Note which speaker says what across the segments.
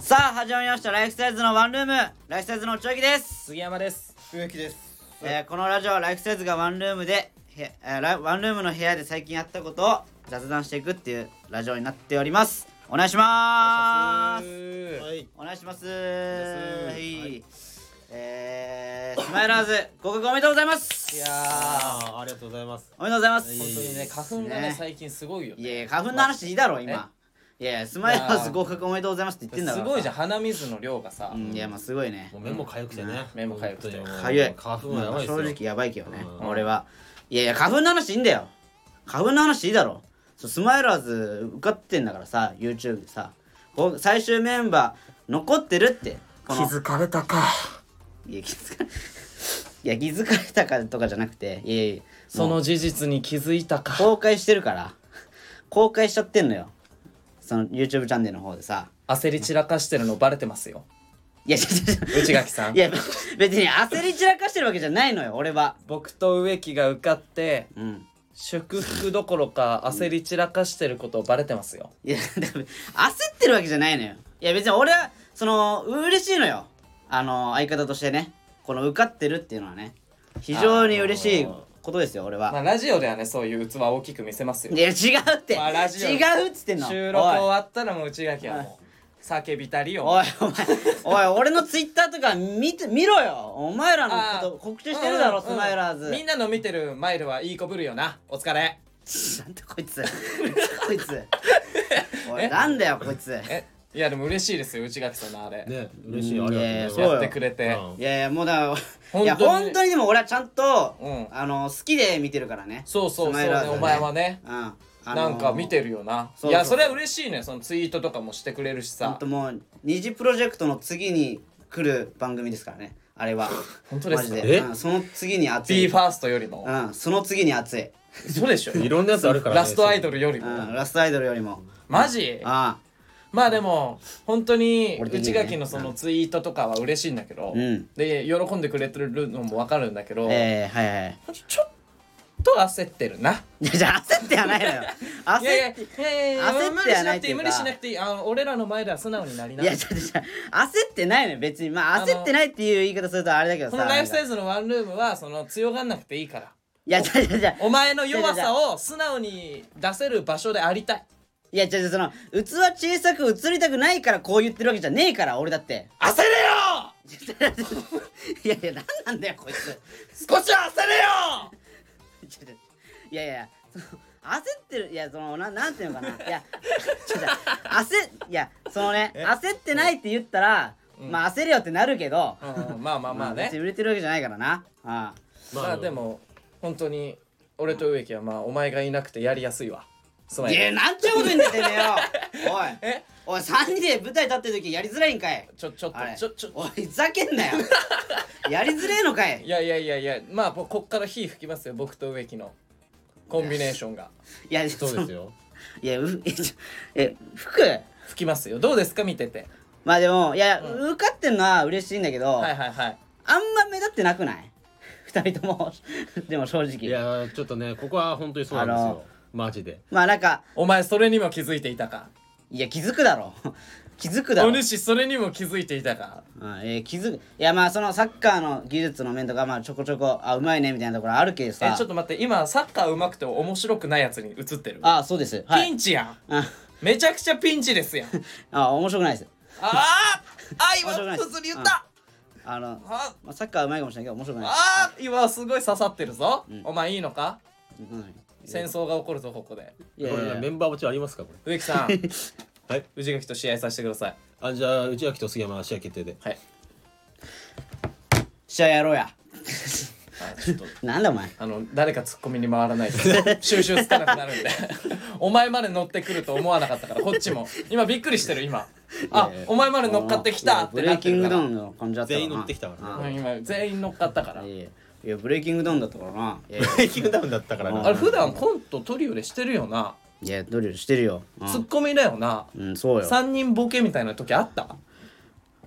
Speaker 1: さあ始まりましたライフサイズのワンルームライフサイズのちょぎです、
Speaker 2: 杉山です
Speaker 3: 植木です
Speaker 1: えーこのラジオはライフサイズがワンルームでへ、えーラワンルームの部屋で最近やったことを雑談していくっていうラジオになっておりますお願いします
Speaker 3: はい
Speaker 1: お願いします
Speaker 3: 願いします
Speaker 1: はい
Speaker 3: はい
Speaker 1: えースマイラーズ合格おめでとうございます
Speaker 3: いやーありがとうございます
Speaker 1: おめでとうございます
Speaker 2: 本当にね花粉がね最近すごいよ
Speaker 1: い
Speaker 2: ね
Speaker 1: やいや花粉の話いいだろ今いやいやスマイラーズ合格おめでとうございますって言ってんだ
Speaker 2: す
Speaker 1: から
Speaker 2: ごいじゃん
Speaker 1: ん、
Speaker 2: 鼻水の量がさ、
Speaker 1: うん、いやまあすごいね
Speaker 3: もう目もかゆくてね
Speaker 2: 目も痒くて
Speaker 3: 本当にもう
Speaker 1: 痒い
Speaker 3: 花粉はやばいですよ
Speaker 1: 正直やばいけどね、
Speaker 3: うん
Speaker 1: 俺はいやいや花粉の話いいんだよ花粉の話いいだろそうスマイラーズ受かってんだからさ YouTube でさこう最終メンバー残ってるってこの
Speaker 4: づかれたか
Speaker 1: いや 気づかいや気づかれたかとかじゃなくていやいや
Speaker 2: そ
Speaker 1: もう
Speaker 2: の事実に気づいたか
Speaker 1: 公開してるから公開しちゃってんのよその YouTube チャンネルの方でさ
Speaker 2: 焦り散らかしてるのバレてますよ
Speaker 1: いや違う違う違う
Speaker 2: 内垣さん
Speaker 1: いや別に焦り散らかしてるわけじゃないのよ俺は
Speaker 2: 僕と植木が受かって
Speaker 1: うん
Speaker 2: 祝福どころか焦り散らかしてることをバレてますよ
Speaker 1: いやだから焦ってるわけじゃないのよいや別に俺はその嬉しいのよあの相方としてねこの受かってるっていうのはね非常に嬉しいことですよ俺
Speaker 2: ま
Speaker 1: は
Speaker 2: あラジオではねそういう器を大きく見せますよ
Speaker 1: いや違うって、
Speaker 2: まあラジオ
Speaker 1: 違うっつってんの
Speaker 2: 収録終
Speaker 1: おい
Speaker 2: わったらもう内垣はもう叫びたりよ
Speaker 1: おいお前おい俺のツイッターとか見て見ろよお前らのこと告知してるだろ、
Speaker 2: うん
Speaker 1: スマイラーズ、
Speaker 2: みんなの見てるマイルはいい子ぶるよなお疲れ
Speaker 1: なんでこいつなんでこ いつおいなんだよこいつ
Speaker 2: えいやでも嬉しいですよ内垣さんのあれ、
Speaker 3: ね嬉しいありがとうございます
Speaker 1: いやいやそうよ
Speaker 2: やってくれて、
Speaker 3: うん
Speaker 1: いやいやもうだからいや
Speaker 2: 本当に
Speaker 1: 本当にでも俺はちゃんと、
Speaker 2: うん
Speaker 1: あの好きで見てるからね
Speaker 2: そうそうそう、
Speaker 1: スマイラー
Speaker 2: ね
Speaker 1: ズ、
Speaker 2: お前はね
Speaker 1: うん、あのー
Speaker 2: なんか見てるよな、
Speaker 1: そうそう
Speaker 2: いやそれは嬉しいねそのツイートとかもしてくれるし
Speaker 1: ほん
Speaker 2: さ
Speaker 1: ともう二次プロジェクトの次に来る番組ですからねあれ は
Speaker 2: 本当ですか
Speaker 1: マジで、
Speaker 3: え
Speaker 1: うん、その次に熱
Speaker 2: b
Speaker 1: い
Speaker 2: ファーストよりも
Speaker 1: うんその次に熱い、
Speaker 2: そうでしょ
Speaker 3: いろんなやつあるからね
Speaker 2: ラストアイドルより
Speaker 1: う
Speaker 2: も、
Speaker 1: ん、ラストアイドルよりも
Speaker 2: マジ
Speaker 1: あ
Speaker 2: まあでも本当に
Speaker 1: 俺的に
Speaker 2: 内
Speaker 1: ね
Speaker 2: 垣のそのツイートとかは嬉しいんだけど、
Speaker 1: うん
Speaker 2: で喜んでくれてるのも分かるんだけど、
Speaker 1: あええはいはい
Speaker 2: ちょっと焦ってるな。
Speaker 1: いやじゃあ焦ってはないのよ焦っ
Speaker 2: いやいやいやいや
Speaker 1: 焦ってはないっていうか
Speaker 2: 無理しなくていい無理しなくていいあの俺らの前では素直になりない
Speaker 1: やじゃあじゃあ焦ってないのよ別にまあ
Speaker 2: あの
Speaker 1: 焦ってないっていう言い方するとあれだけど
Speaker 2: こ
Speaker 1: さ
Speaker 2: のライフサイ
Speaker 1: ズ
Speaker 2: ズのワンルームはその強がんなくていいから
Speaker 1: いやじゃあじゃあじゃあ
Speaker 2: お前の弱さを素直に出せる場所でありたい
Speaker 1: いやじゃあじゃあその器小さく映りたくないからこう言ってるわけじゃねえから俺だって
Speaker 2: 焦れよ
Speaker 1: いやいや何なんだよこいつ
Speaker 2: 少しは焦れよ
Speaker 1: ちょっといやいやその焦ってるいやそのななんていうのかないやちょっと焦っいやそのね焦ってないって言ったら、まあ焦れよってなるけど、
Speaker 2: うんまあまあまあ
Speaker 1: 別に
Speaker 2: ね
Speaker 1: 売れてるわけじゃないからなああ
Speaker 2: まあでも本当に俺と植木はまあお前がいなくてやりやすいわつま
Speaker 1: い
Speaker 2: り
Speaker 1: やなんちゅうこと言うんだよてめえ よおい
Speaker 2: え
Speaker 1: おい3人で舞台立ってる時やりづらいんかい
Speaker 2: ちょちょっと
Speaker 1: あれ
Speaker 2: ちょちょ
Speaker 1: おいふざけんなよ やりづれえのかい
Speaker 2: いやいやいやいやまあここっから火吹きますよ僕と植木のコンビネーションが
Speaker 1: いや
Speaker 3: そうで すよ
Speaker 1: いやうえちょえ服
Speaker 2: 吹きますよどうですか見てて
Speaker 1: まあでもいや、受かってんのは嬉しいんだけど、
Speaker 2: はいはいはい
Speaker 1: あんま目立ってなくない二人ともでも正
Speaker 3: い
Speaker 1: 直
Speaker 3: やちょっとねここは本当にそうなんで
Speaker 1: あ
Speaker 3: す
Speaker 1: の
Speaker 3: よマジで
Speaker 1: まあなんか
Speaker 2: お前それにも気づいていたか
Speaker 1: いや気づくだろ気づくだろ、
Speaker 2: お
Speaker 1: うん
Speaker 2: 主それにも気づいていたか
Speaker 1: えー気づくいやまあそのサッカーの技術の面とかまあちょこちょこあうまいねみたいなところあるけど
Speaker 2: え
Speaker 1: さ
Speaker 2: ちょっと待って今サッカーうまくて面白くないやつに映ってる
Speaker 1: あそうですは
Speaker 2: ピ
Speaker 1: い
Speaker 2: ンチやん
Speaker 1: あ
Speaker 2: めちゃくちゃピンチですやん
Speaker 1: あ面白くないです
Speaker 2: あーあ
Speaker 1: 面白くな
Speaker 2: 今
Speaker 1: い
Speaker 2: 普通に言った
Speaker 1: あの、
Speaker 2: あ
Speaker 1: まあ、サッカーはうまいかもしれないけど面白くないです
Speaker 2: あー今すごい刺さってるぞお前いいのか
Speaker 1: うん
Speaker 2: 戦争が起こるぞここで
Speaker 1: い
Speaker 3: こ
Speaker 1: やい
Speaker 3: れ
Speaker 1: や
Speaker 3: ね
Speaker 1: い
Speaker 3: メ
Speaker 1: や
Speaker 3: ンバー落ちありますかこれ
Speaker 2: 植 木さん
Speaker 3: はい
Speaker 2: 宇治垣と試合させてください
Speaker 3: あじゃあ内垣と杉山は試合決 定で
Speaker 2: はい
Speaker 1: 試合やろうや
Speaker 2: あちょっと
Speaker 1: なんだお前
Speaker 2: あの誰かツッコミに回らない と収集つかなくなるんでお前まで乗ってくると思わなかったからこっちも今びっくりしてる今あお前まで乗っかってきたって
Speaker 1: いやブレ
Speaker 2: な
Speaker 1: イ
Speaker 2: って
Speaker 1: キン
Speaker 2: る
Speaker 1: グ
Speaker 2: か
Speaker 1: ダ
Speaker 2: ら
Speaker 1: ウンの感じだった
Speaker 3: 全員乗ってきたから
Speaker 1: ら
Speaker 3: ね
Speaker 2: う
Speaker 1: なん
Speaker 2: 今全員乗っかったから
Speaker 1: あいやいやいやブレイキングダウンだったからないやいや
Speaker 3: ブレイキングダウンだったから
Speaker 1: うん
Speaker 2: あ
Speaker 3: な
Speaker 2: れ普段コントトリオでしてるよない
Speaker 1: やドリルしてるよ、うん
Speaker 2: ツッコミだよな
Speaker 1: うん、そうよ。
Speaker 2: 3人ボケみたいな時あった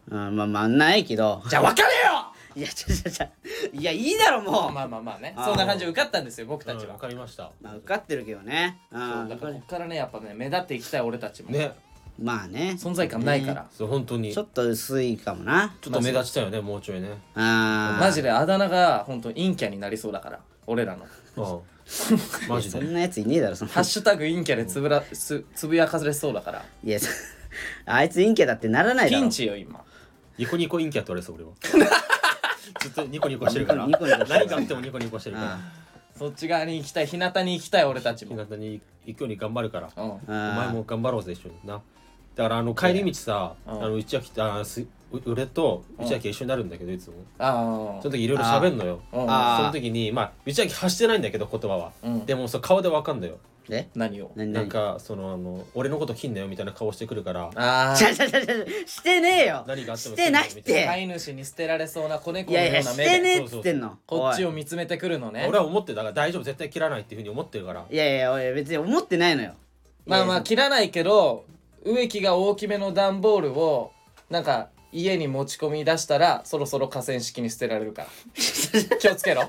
Speaker 1: うん、まあ、まあ、ないけど。
Speaker 2: じゃあ分かれよ
Speaker 1: いや、ちょちょちょ。いや、いいだろ、もう。ま
Speaker 2: まあまあまあね
Speaker 1: あー
Speaker 2: そんな感じで受かったんですよ僕た
Speaker 3: うん
Speaker 2: ち
Speaker 3: わ
Speaker 2: は
Speaker 3: かりました
Speaker 1: あ、受かってるけどね。う
Speaker 2: そ
Speaker 1: ん
Speaker 2: うだからこっからねやっぱね目立っていきたい俺たちも
Speaker 3: ね
Speaker 1: まあね
Speaker 2: 存在感ないから、
Speaker 3: そう本当に
Speaker 1: ち
Speaker 3: ち
Speaker 1: ょ
Speaker 3: ょっ
Speaker 1: っと薄いかもな
Speaker 3: と目立ちたいよねもうちょいね
Speaker 1: あー
Speaker 2: マジであだ名が本当陰キャになりそうだから俺らの
Speaker 3: うんマ ジ
Speaker 1: そ
Speaker 3: で
Speaker 1: んなやついねえだろその
Speaker 2: ハッシュタグ陰キャでつぶらつつぶやかれそうだから
Speaker 1: いやそ あいつ陰キャだってならないだ
Speaker 2: ピ
Speaker 1: ろ
Speaker 2: ンチよ今
Speaker 3: ニコニコインキャって言われそう俺はずっとニコニコしてるから
Speaker 1: ニコニコしてる
Speaker 3: 何があってもニコニコしてるから
Speaker 1: あ
Speaker 2: そっち側に行きたい日向に行きたい俺たち
Speaker 3: 日
Speaker 2: も、
Speaker 3: 向に行くように頑張るから
Speaker 2: う
Speaker 3: お
Speaker 2: ん、
Speaker 1: あ
Speaker 3: 前も頑張ろうぜ一緒になだからあの帰り道さあ
Speaker 2: うん
Speaker 3: の内秋とあすう俺と内秋が一緒になるんだけどいつも
Speaker 2: あ
Speaker 3: その時いろいろ喋んのよ
Speaker 2: あうん
Speaker 1: あ
Speaker 3: その時にまあ内秋発してないんだけど言葉は
Speaker 2: うん
Speaker 3: でもそう顔でわかんだよ
Speaker 1: え
Speaker 2: 何を
Speaker 1: 何
Speaker 3: なん
Speaker 1: 何
Speaker 3: かそのあの俺のこと切んなよみたいな顔してくるから
Speaker 2: あ
Speaker 1: ちゃちゃちゃちゃしてねえよ
Speaker 3: 何があって
Speaker 1: し
Speaker 3: も
Speaker 1: てないっ
Speaker 2: あ飼
Speaker 1: て
Speaker 2: い主に捨てられそうな子猫
Speaker 1: い
Speaker 2: の
Speaker 1: やい
Speaker 2: よ
Speaker 1: や
Speaker 2: うな
Speaker 1: し
Speaker 2: 目
Speaker 1: て
Speaker 2: で
Speaker 1: ねえっつってんの
Speaker 2: こっちを
Speaker 1: おい
Speaker 2: 見つめてくるのね
Speaker 3: 俺は思ってたから大丈夫絶対切らないっていうふうに思ってるから
Speaker 1: いやいや俺別に思ってないのよ
Speaker 2: まあま
Speaker 1: い
Speaker 2: あ切らないけど植木が大きめの段ボールをなんか家に持ち込み出したらそろそろ河川敷に捨てられるから気をつけろ
Speaker 1: や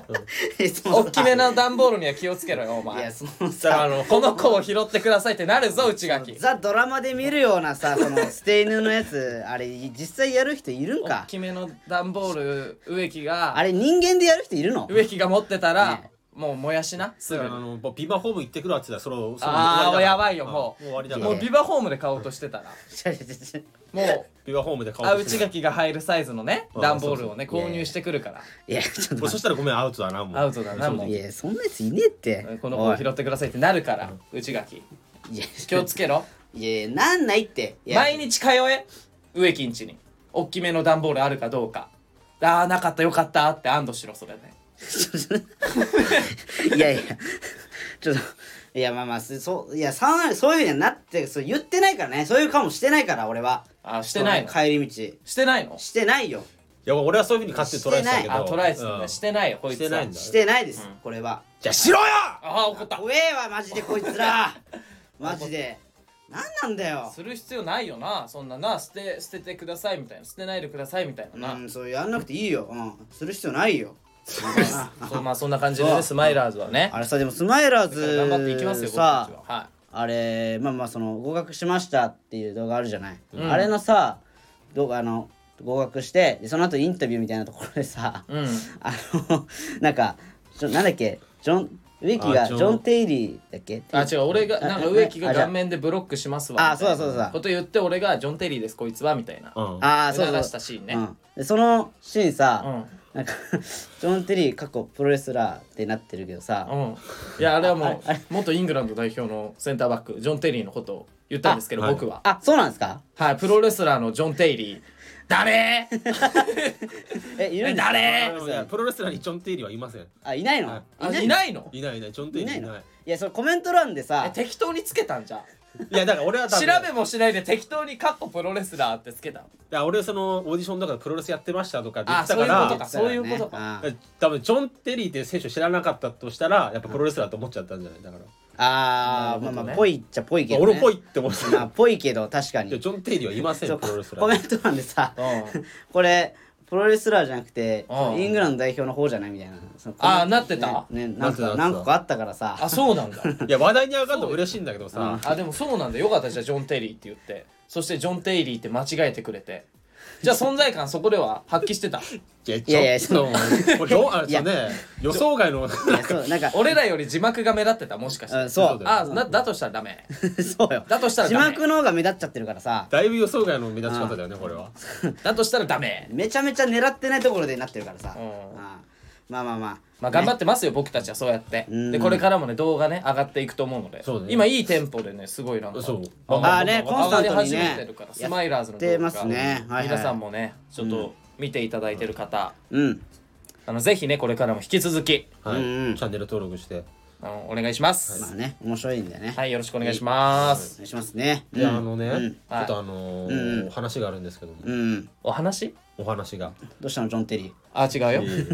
Speaker 1: いやその
Speaker 2: 大きめな段ボールには気をつけろよお
Speaker 1: い
Speaker 2: 前
Speaker 1: やその
Speaker 3: だからあ
Speaker 1: さ
Speaker 3: の
Speaker 2: この子を拾ってくださいってなるぞ内垣
Speaker 1: ザドラマで見るようなさその捨て犬のやつあれ実際やる人いるん
Speaker 2: 大
Speaker 1: か
Speaker 2: きめの段ボール植木が
Speaker 1: あれ人間でやる人いるの
Speaker 2: 植木が持ってたら
Speaker 1: ね
Speaker 2: もう燃やしなすぐ
Speaker 3: あのもうビバホーム行ってくるわって言ったらそれそれ
Speaker 2: ああ
Speaker 3: 終わりだから
Speaker 2: やばいよも
Speaker 3: んもう終わりだ
Speaker 2: う
Speaker 3: か
Speaker 2: も
Speaker 3: ら
Speaker 2: うビバホームで買おうとしてたら
Speaker 1: ちゃちゃちゃちゃ
Speaker 2: もう
Speaker 3: ビバホームで顔
Speaker 2: あ
Speaker 3: 出して
Speaker 2: 内
Speaker 3: る
Speaker 2: 垣が入るサイズのね
Speaker 3: うん
Speaker 2: 段ボールをね
Speaker 1: そうそう
Speaker 2: 購入してくるから
Speaker 1: いやちょっと
Speaker 3: もうそ
Speaker 1: 待
Speaker 3: したらごめんアウトだなもう
Speaker 2: アウトだなもう
Speaker 1: っていやそんなやついねえって
Speaker 2: この子を
Speaker 1: お
Speaker 2: 拾ってくださいってなるから内垣
Speaker 1: いいや
Speaker 2: 気をつけろ
Speaker 1: いやなんないっていや
Speaker 2: 毎日通え植木んちにおっきめの段ボールあるかどうかああなかったよかったって安堵しろそれね
Speaker 1: いやいやちょっといやまあまあすそういやそうそういうふうにはなってそう言ってないからねそういうかもしてないから俺は
Speaker 2: あーしてないの
Speaker 1: その帰り道
Speaker 2: してないの
Speaker 1: してないよ
Speaker 3: いや俺はそういうふうに勝手に捉えてたけど
Speaker 2: あトライする
Speaker 3: うん
Speaker 2: ねしてないよこいつは
Speaker 3: してないんだ
Speaker 1: してないです、これは
Speaker 3: じゃあしろよ
Speaker 2: ああ怒った
Speaker 1: 怖えわマジでこいつ らマジで何なんだよ
Speaker 2: する必要ないよなそんなな捨て捨ててくださいみたいな捨てないでくださいみたいなな、
Speaker 1: うんそうやんなくていいよ、うん、する必要ないよ
Speaker 2: そうまあそんな感じでねスマイラーズはね
Speaker 1: あれさでもスマイラー
Speaker 2: だから頑張っていきます
Speaker 1: ズ
Speaker 2: よ僕た
Speaker 1: さ
Speaker 2: ちはは
Speaker 1: あれまあまあその合格しましたっていう動画あるじゃない、
Speaker 2: うん
Speaker 1: あれのさ動画あの合格してでその後インタビューみたいなところでさ、
Speaker 2: いうん
Speaker 1: あの なんかちょなんだっけジョン植木が
Speaker 3: あ
Speaker 1: ジ
Speaker 3: ジョン
Speaker 1: ョン・テイリーだっけ
Speaker 2: あ違う俺がなんか植木が
Speaker 1: あじゃあ
Speaker 2: 顔面でブロックします
Speaker 1: あ
Speaker 2: わみ
Speaker 1: そ
Speaker 2: たいな
Speaker 1: うだそうだそうだ
Speaker 2: こと言って俺がジョン・テリーですこいつはみたいな
Speaker 3: うん
Speaker 1: ああそうそう
Speaker 2: 促したシーンね
Speaker 1: うん、でそのシーンさ、
Speaker 2: うん
Speaker 1: なんか ジョン・テリー過去プロレスラーってなってるけどさ、
Speaker 2: うんいやあれはも
Speaker 1: ああれ
Speaker 2: う元イングランド代表のセンターバックジョン・テリーのことを言ったんですけど
Speaker 3: あはい
Speaker 2: 僕は
Speaker 1: あそうなんですか
Speaker 2: はいプロレスラーのジョン・テイリー 誰
Speaker 1: えいるんですか
Speaker 2: 誰
Speaker 3: いやプロレスラーにジョン・テイリーはいません
Speaker 1: あいないの、
Speaker 3: はい
Speaker 2: あいないの
Speaker 3: いないいないジョン・テイリーい
Speaker 1: い
Speaker 3: ない
Speaker 1: ない
Speaker 3: い
Speaker 1: のいやそれコメント欄で
Speaker 2: え
Speaker 1: さ
Speaker 2: 適当につけたんじゃん
Speaker 3: やだから俺は多
Speaker 2: 調
Speaker 3: 分
Speaker 2: べもしないで適当にカッコプロレスラーってつけたの
Speaker 3: いや俺そのオーディションとかでプロレスやってましたとかって言
Speaker 2: あ
Speaker 3: ってた
Speaker 2: そうい
Speaker 3: か
Speaker 2: うこ
Speaker 3: ら
Speaker 2: とかそういうことか
Speaker 1: あ
Speaker 3: 多分ジョン・テリーっていう選手を知らなかったとしたらやっぱプロレスラーと思っちゃったんじゃないだから、
Speaker 1: あーま
Speaker 2: なるほどね
Speaker 1: あまあぽいっちゃぽいけど、ね、
Speaker 3: 俺っぽいって思って
Speaker 1: まあ
Speaker 3: た
Speaker 1: ぽいけど確か
Speaker 3: いや
Speaker 1: に
Speaker 3: ジョン・テイリーはいませ
Speaker 1: そ
Speaker 3: ん
Speaker 1: う
Speaker 3: プロレスラ
Speaker 1: コメン
Speaker 3: ー
Speaker 1: ト欄でさ
Speaker 2: うん
Speaker 1: これプロレスラーじゃなくて
Speaker 2: うん
Speaker 1: イングランド代表の方じゃないみたいなその
Speaker 2: あーなってた
Speaker 1: ねねなん
Speaker 3: なって
Speaker 1: か
Speaker 3: たなってた
Speaker 1: 何個かあったからさ
Speaker 2: あそうなんだ
Speaker 3: いや話題に上がるの嬉しいんだけどさ
Speaker 2: あでもそうなんだよかったじゃあジョン・テリーって言ってそしてジョン・テイリーって間違えてくれてじゃあ存在感そこでは発揮してた
Speaker 3: いや
Speaker 1: いやいや
Speaker 3: ちょっとこれどうあれ
Speaker 1: いや
Speaker 3: そうね予想外の
Speaker 1: いやそうなんか
Speaker 2: 俺らより字幕が目立ってたもしかし
Speaker 1: うん
Speaker 2: て
Speaker 1: そ
Speaker 3: そう
Speaker 1: う
Speaker 3: だよ
Speaker 2: あなだとしたらダメ
Speaker 1: そうよ
Speaker 2: だとしたら
Speaker 1: 字
Speaker 2: ダメ
Speaker 1: 幕の方が目立っちゃってるからさ
Speaker 3: だいぶ予想外の目立ち方だよねこれは
Speaker 2: だとしたらダメ
Speaker 1: めちゃめちゃ狙ってないところでなってるからさ、
Speaker 2: うん
Speaker 1: あーまあまあまあ
Speaker 2: まあ頑張ってますよ、僕たちはそうやって
Speaker 1: うん
Speaker 2: でこれからもね動画ね上がっていくと思うので
Speaker 3: そうだね
Speaker 2: 今いいテンポでねすごいなんか
Speaker 3: そう
Speaker 2: あ
Speaker 3: ま
Speaker 1: あーね
Speaker 2: まま
Speaker 1: コンスタントにね
Speaker 2: 上がり始めてるからスマイラーズの動画
Speaker 1: やってますねはいはい
Speaker 2: 皆さんもねちょっと見ていただいてる方、
Speaker 1: うん
Speaker 2: あのぜひねこれからも引き続き
Speaker 3: はい、
Speaker 1: うんうん
Speaker 3: チャンネル登録して、
Speaker 2: あのお願いします、
Speaker 1: まあね面白いんだよね、
Speaker 2: はい、よろしくお願いします。
Speaker 1: お願いしますね
Speaker 3: であのね、ちょ
Speaker 2: はい
Speaker 3: っとあの
Speaker 1: う
Speaker 3: ー
Speaker 1: んうん
Speaker 3: お話があるんですけども、
Speaker 1: うん、うん、
Speaker 2: お話
Speaker 3: お話が
Speaker 1: どうしたのジョン・テリー
Speaker 2: あ、違うよ。
Speaker 3: いい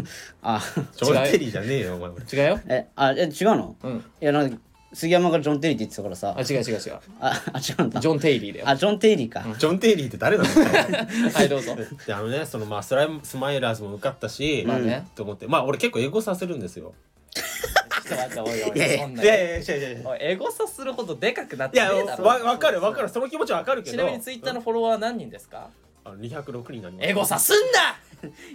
Speaker 1: あ
Speaker 3: ジョン・テリーじゃねえよお前俺
Speaker 2: 違うよ。
Speaker 1: えあえ違うの、
Speaker 2: う
Speaker 1: い
Speaker 2: ん。
Speaker 1: やなんか杉山がジョン・テリーって言ってたからさ
Speaker 2: あ、違う違う違う。ジ
Speaker 1: ああ違うんだ
Speaker 2: ョン・テイリーだよ。
Speaker 1: あジョン・テイリーか、
Speaker 3: ジョン・テイリーって誰なの
Speaker 2: はい、どうぞ。
Speaker 3: であのねそのまあスライムスマイラーズも受かったし、
Speaker 2: まあね
Speaker 3: と思ってまあ俺結構エゴさせるんですよ
Speaker 2: ちょっと待っておいお
Speaker 1: いやい
Speaker 2: い
Speaker 1: や
Speaker 2: そん
Speaker 3: い
Speaker 2: な
Speaker 3: やいやいやいやいや
Speaker 2: おいエゴサするほどでかくなっ
Speaker 3: い
Speaker 2: てね
Speaker 3: や
Speaker 2: えだろ
Speaker 3: わわかるわかるその気持ちはわかるけど
Speaker 2: ちなみにツイッターのフォロワー何人ですか
Speaker 3: あの206人なん
Speaker 2: エゴサすんな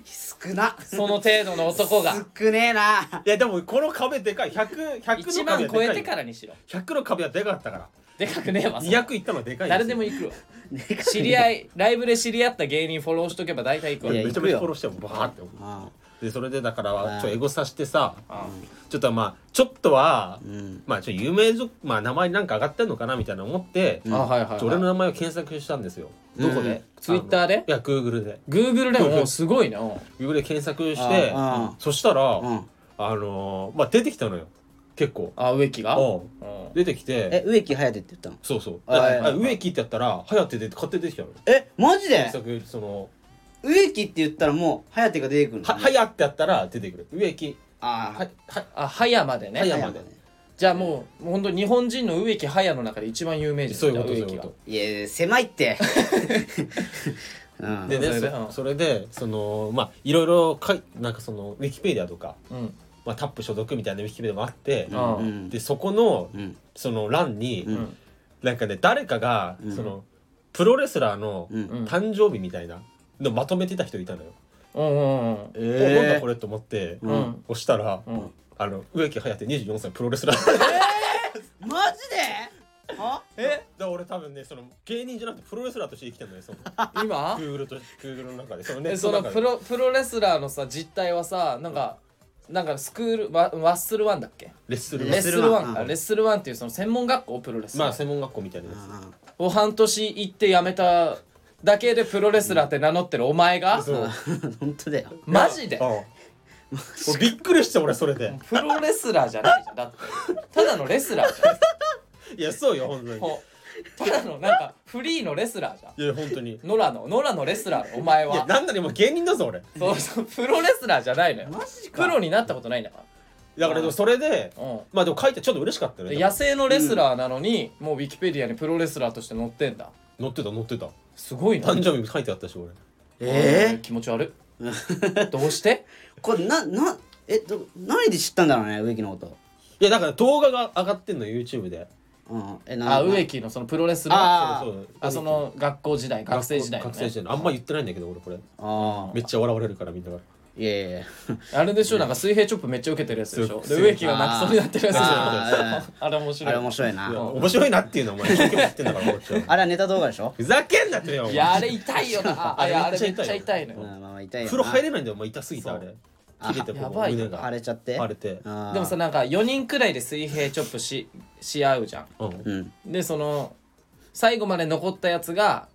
Speaker 1: 少な
Speaker 2: その程度の男が
Speaker 1: 少ねえない
Speaker 3: やでもこの壁でかい
Speaker 2: 1
Speaker 3: 100100の壁
Speaker 2: 万
Speaker 3: は
Speaker 2: 超えて
Speaker 3: でか
Speaker 2: か
Speaker 3: い
Speaker 2: らにしろ
Speaker 3: 100の壁はでかかったから
Speaker 2: でかくねえわそれ
Speaker 3: 200いったのはでかいすよ
Speaker 2: 誰でも行くわ
Speaker 1: でかい
Speaker 2: 知り合いライブで知り合った芸人フォローしとけば大体行くわ
Speaker 1: いや
Speaker 3: めちゃめちゃフォローしてもバーって
Speaker 1: あ
Speaker 3: でそれでだから
Speaker 1: ああ
Speaker 3: ちょっとエゴサしてさ
Speaker 2: あ
Speaker 3: ちょっとまあちょっとは
Speaker 1: あうん
Speaker 3: まあちょっと有名ぞまあ名前なんか上がってんのかなみたいな思って
Speaker 2: あはいはい
Speaker 3: ちょ俺の名前を検索したんですよ
Speaker 1: どこ
Speaker 2: で Twitter で
Speaker 3: いや Google で
Speaker 2: Google でもすごいなうん
Speaker 3: Google で検索し
Speaker 1: あ
Speaker 3: て
Speaker 1: ああ
Speaker 3: そしたら
Speaker 1: うん
Speaker 3: あのーまあ出てきたのよ結構
Speaker 2: あ植木が
Speaker 3: うん
Speaker 2: うん
Speaker 3: 出てきて
Speaker 1: え植木颯って言ったの
Speaker 3: そうそう
Speaker 1: ああ
Speaker 3: だ
Speaker 1: あ
Speaker 3: あ植木ってやったら「はやって」出て勝手に出てきたのよ
Speaker 1: えマジで
Speaker 3: 検索その
Speaker 1: 植木って言ったらもう颯が出てくる
Speaker 3: 「
Speaker 1: の
Speaker 3: はや」ってやったら出てくる植木
Speaker 1: あ
Speaker 3: は
Speaker 1: あ
Speaker 3: いは
Speaker 2: あ早まで
Speaker 3: 葉
Speaker 2: ね
Speaker 3: 山
Speaker 1: 早
Speaker 3: で
Speaker 1: ね
Speaker 2: じゃあもう本当日本人の植木早の中で一番有名人
Speaker 3: そういうことそう
Speaker 2: 植
Speaker 3: い
Speaker 2: 木
Speaker 3: う
Speaker 2: が
Speaker 3: こ
Speaker 1: いやいや狭いってうん
Speaker 3: とで
Speaker 2: そ
Speaker 3: ね
Speaker 2: れでう
Speaker 3: そ
Speaker 2: ん
Speaker 3: それでそのまあいろいろかいなんかそのウィキペディアとか、
Speaker 2: うん
Speaker 3: まあ、タップ所属みたいなウィキペディアもあって
Speaker 1: う、
Speaker 2: ああ
Speaker 1: ん
Speaker 3: でそこの
Speaker 1: うん
Speaker 3: その欄に、
Speaker 1: うん
Speaker 3: なんかね誰かが、
Speaker 1: うん
Speaker 3: そのプロレスラーの
Speaker 1: うん
Speaker 2: ん
Speaker 3: 誕生日みたいなのまとめてた人いたのよ。
Speaker 2: うんうんうん
Speaker 1: え
Speaker 3: おなんだ
Speaker 1: え
Speaker 3: これと思って、
Speaker 2: うんうん
Speaker 3: 押したら、
Speaker 2: うん
Speaker 3: あの植木隼人24歳プロレスラー
Speaker 1: マジであ
Speaker 2: え
Speaker 3: だ俺多分ねその芸人じゃなくてプロレスラーとして生きてるのよその
Speaker 2: 今
Speaker 3: Google と Google の中でそのネ
Speaker 2: え
Speaker 3: ット
Speaker 2: そ
Speaker 3: の
Speaker 2: の
Speaker 3: 中で
Speaker 2: プロプロレスラーのさ実態はさなんかなんかスクールワワッスルワンだっけ
Speaker 3: レッスル
Speaker 1: レ
Speaker 2: レ
Speaker 1: ッ
Speaker 2: ッ
Speaker 1: ス
Speaker 2: ス
Speaker 1: ル
Speaker 2: ル
Speaker 1: ワ
Speaker 2: ワ
Speaker 1: ン
Speaker 2: ンかレッスルワンっていうその専門学校プロレス
Speaker 3: ま
Speaker 2: ラ
Speaker 3: あ
Speaker 2: ー
Speaker 3: 専門学校みたいなやつ
Speaker 1: あ
Speaker 2: を半年行って辞めただけでプロレスラーって名乗ってるお前が
Speaker 3: そう
Speaker 1: 本当だよ
Speaker 2: マジで
Speaker 3: うん俺びっくりして俺それで
Speaker 2: プロレスラーじゃないじゃんだってただのレスラーじゃん
Speaker 3: いやそうよ本当に
Speaker 2: こうただのなんかフリーのレスラーじゃん
Speaker 3: いや本 当にい
Speaker 2: ノラのノラのレスラーお前
Speaker 3: や
Speaker 2: は
Speaker 3: なんなら今芸人だぞ俺
Speaker 2: そうそうプロレスラーじゃないのよ
Speaker 1: マジか
Speaker 2: プロになったことないんだか
Speaker 3: だからでもそれで
Speaker 2: らうん
Speaker 3: まあでも書いてちょっと嬉しかったね
Speaker 2: で野生のレスラーなのに、もうウィキペディアにプロレスラーとして載ってんだ
Speaker 3: 乗ってた乗ってた
Speaker 2: すごいな
Speaker 3: 誕生日書いてあったし俺
Speaker 1: え
Speaker 2: 気持ち悪いどうして
Speaker 1: えこれななえど何で知ったんだろうね植木のこと
Speaker 3: いやだから動画が上がってんの YouTube で
Speaker 1: うんえな
Speaker 2: あ植木のそのプロレスの
Speaker 1: あー
Speaker 3: そうそう
Speaker 2: あその学校時代学生時代の、ね、
Speaker 3: 学生時代のあんま言ってないんだけど俺これ
Speaker 1: ああ
Speaker 3: めっちゃ笑われるからみんなが
Speaker 1: いやいやいや
Speaker 2: あれでしょなんか水平チョップめっちゃ受けてるやつでしょ
Speaker 3: そ
Speaker 2: で
Speaker 3: う
Speaker 2: 植木が泣きそうになってるやつでしょ
Speaker 1: あ
Speaker 2: あれ面白
Speaker 1: あ
Speaker 2: い
Speaker 1: れ面白い
Speaker 3: いや
Speaker 1: な
Speaker 3: 面白いなっていうのはお前一生懸命言ってんだからこっちは
Speaker 1: あれはネタ動画でしょ
Speaker 3: ふざけんなってよお前
Speaker 2: いやあれ痛いよなあいやあ
Speaker 3: あれ
Speaker 2: れ
Speaker 3: め
Speaker 2: め
Speaker 3: っ
Speaker 2: っ
Speaker 3: ち
Speaker 2: ちゃ
Speaker 3: ゃ痛いよ
Speaker 2: 痛いの
Speaker 1: うん
Speaker 2: よ
Speaker 1: まあまあ痛いよな
Speaker 3: 風呂入れないんだよお前痛すぎてあれ
Speaker 1: そう
Speaker 3: 切れてこ
Speaker 2: あや
Speaker 3: こ
Speaker 2: ばい
Speaker 3: 胸が
Speaker 1: 荒れちゃって
Speaker 3: 腫れて
Speaker 1: あー
Speaker 2: でもさなんか4人くらいで水平チョップしし合うじゃん
Speaker 3: うん
Speaker 1: うん
Speaker 2: でその最後まで残ったやつ
Speaker 1: う
Speaker 2: が、
Speaker 1: ん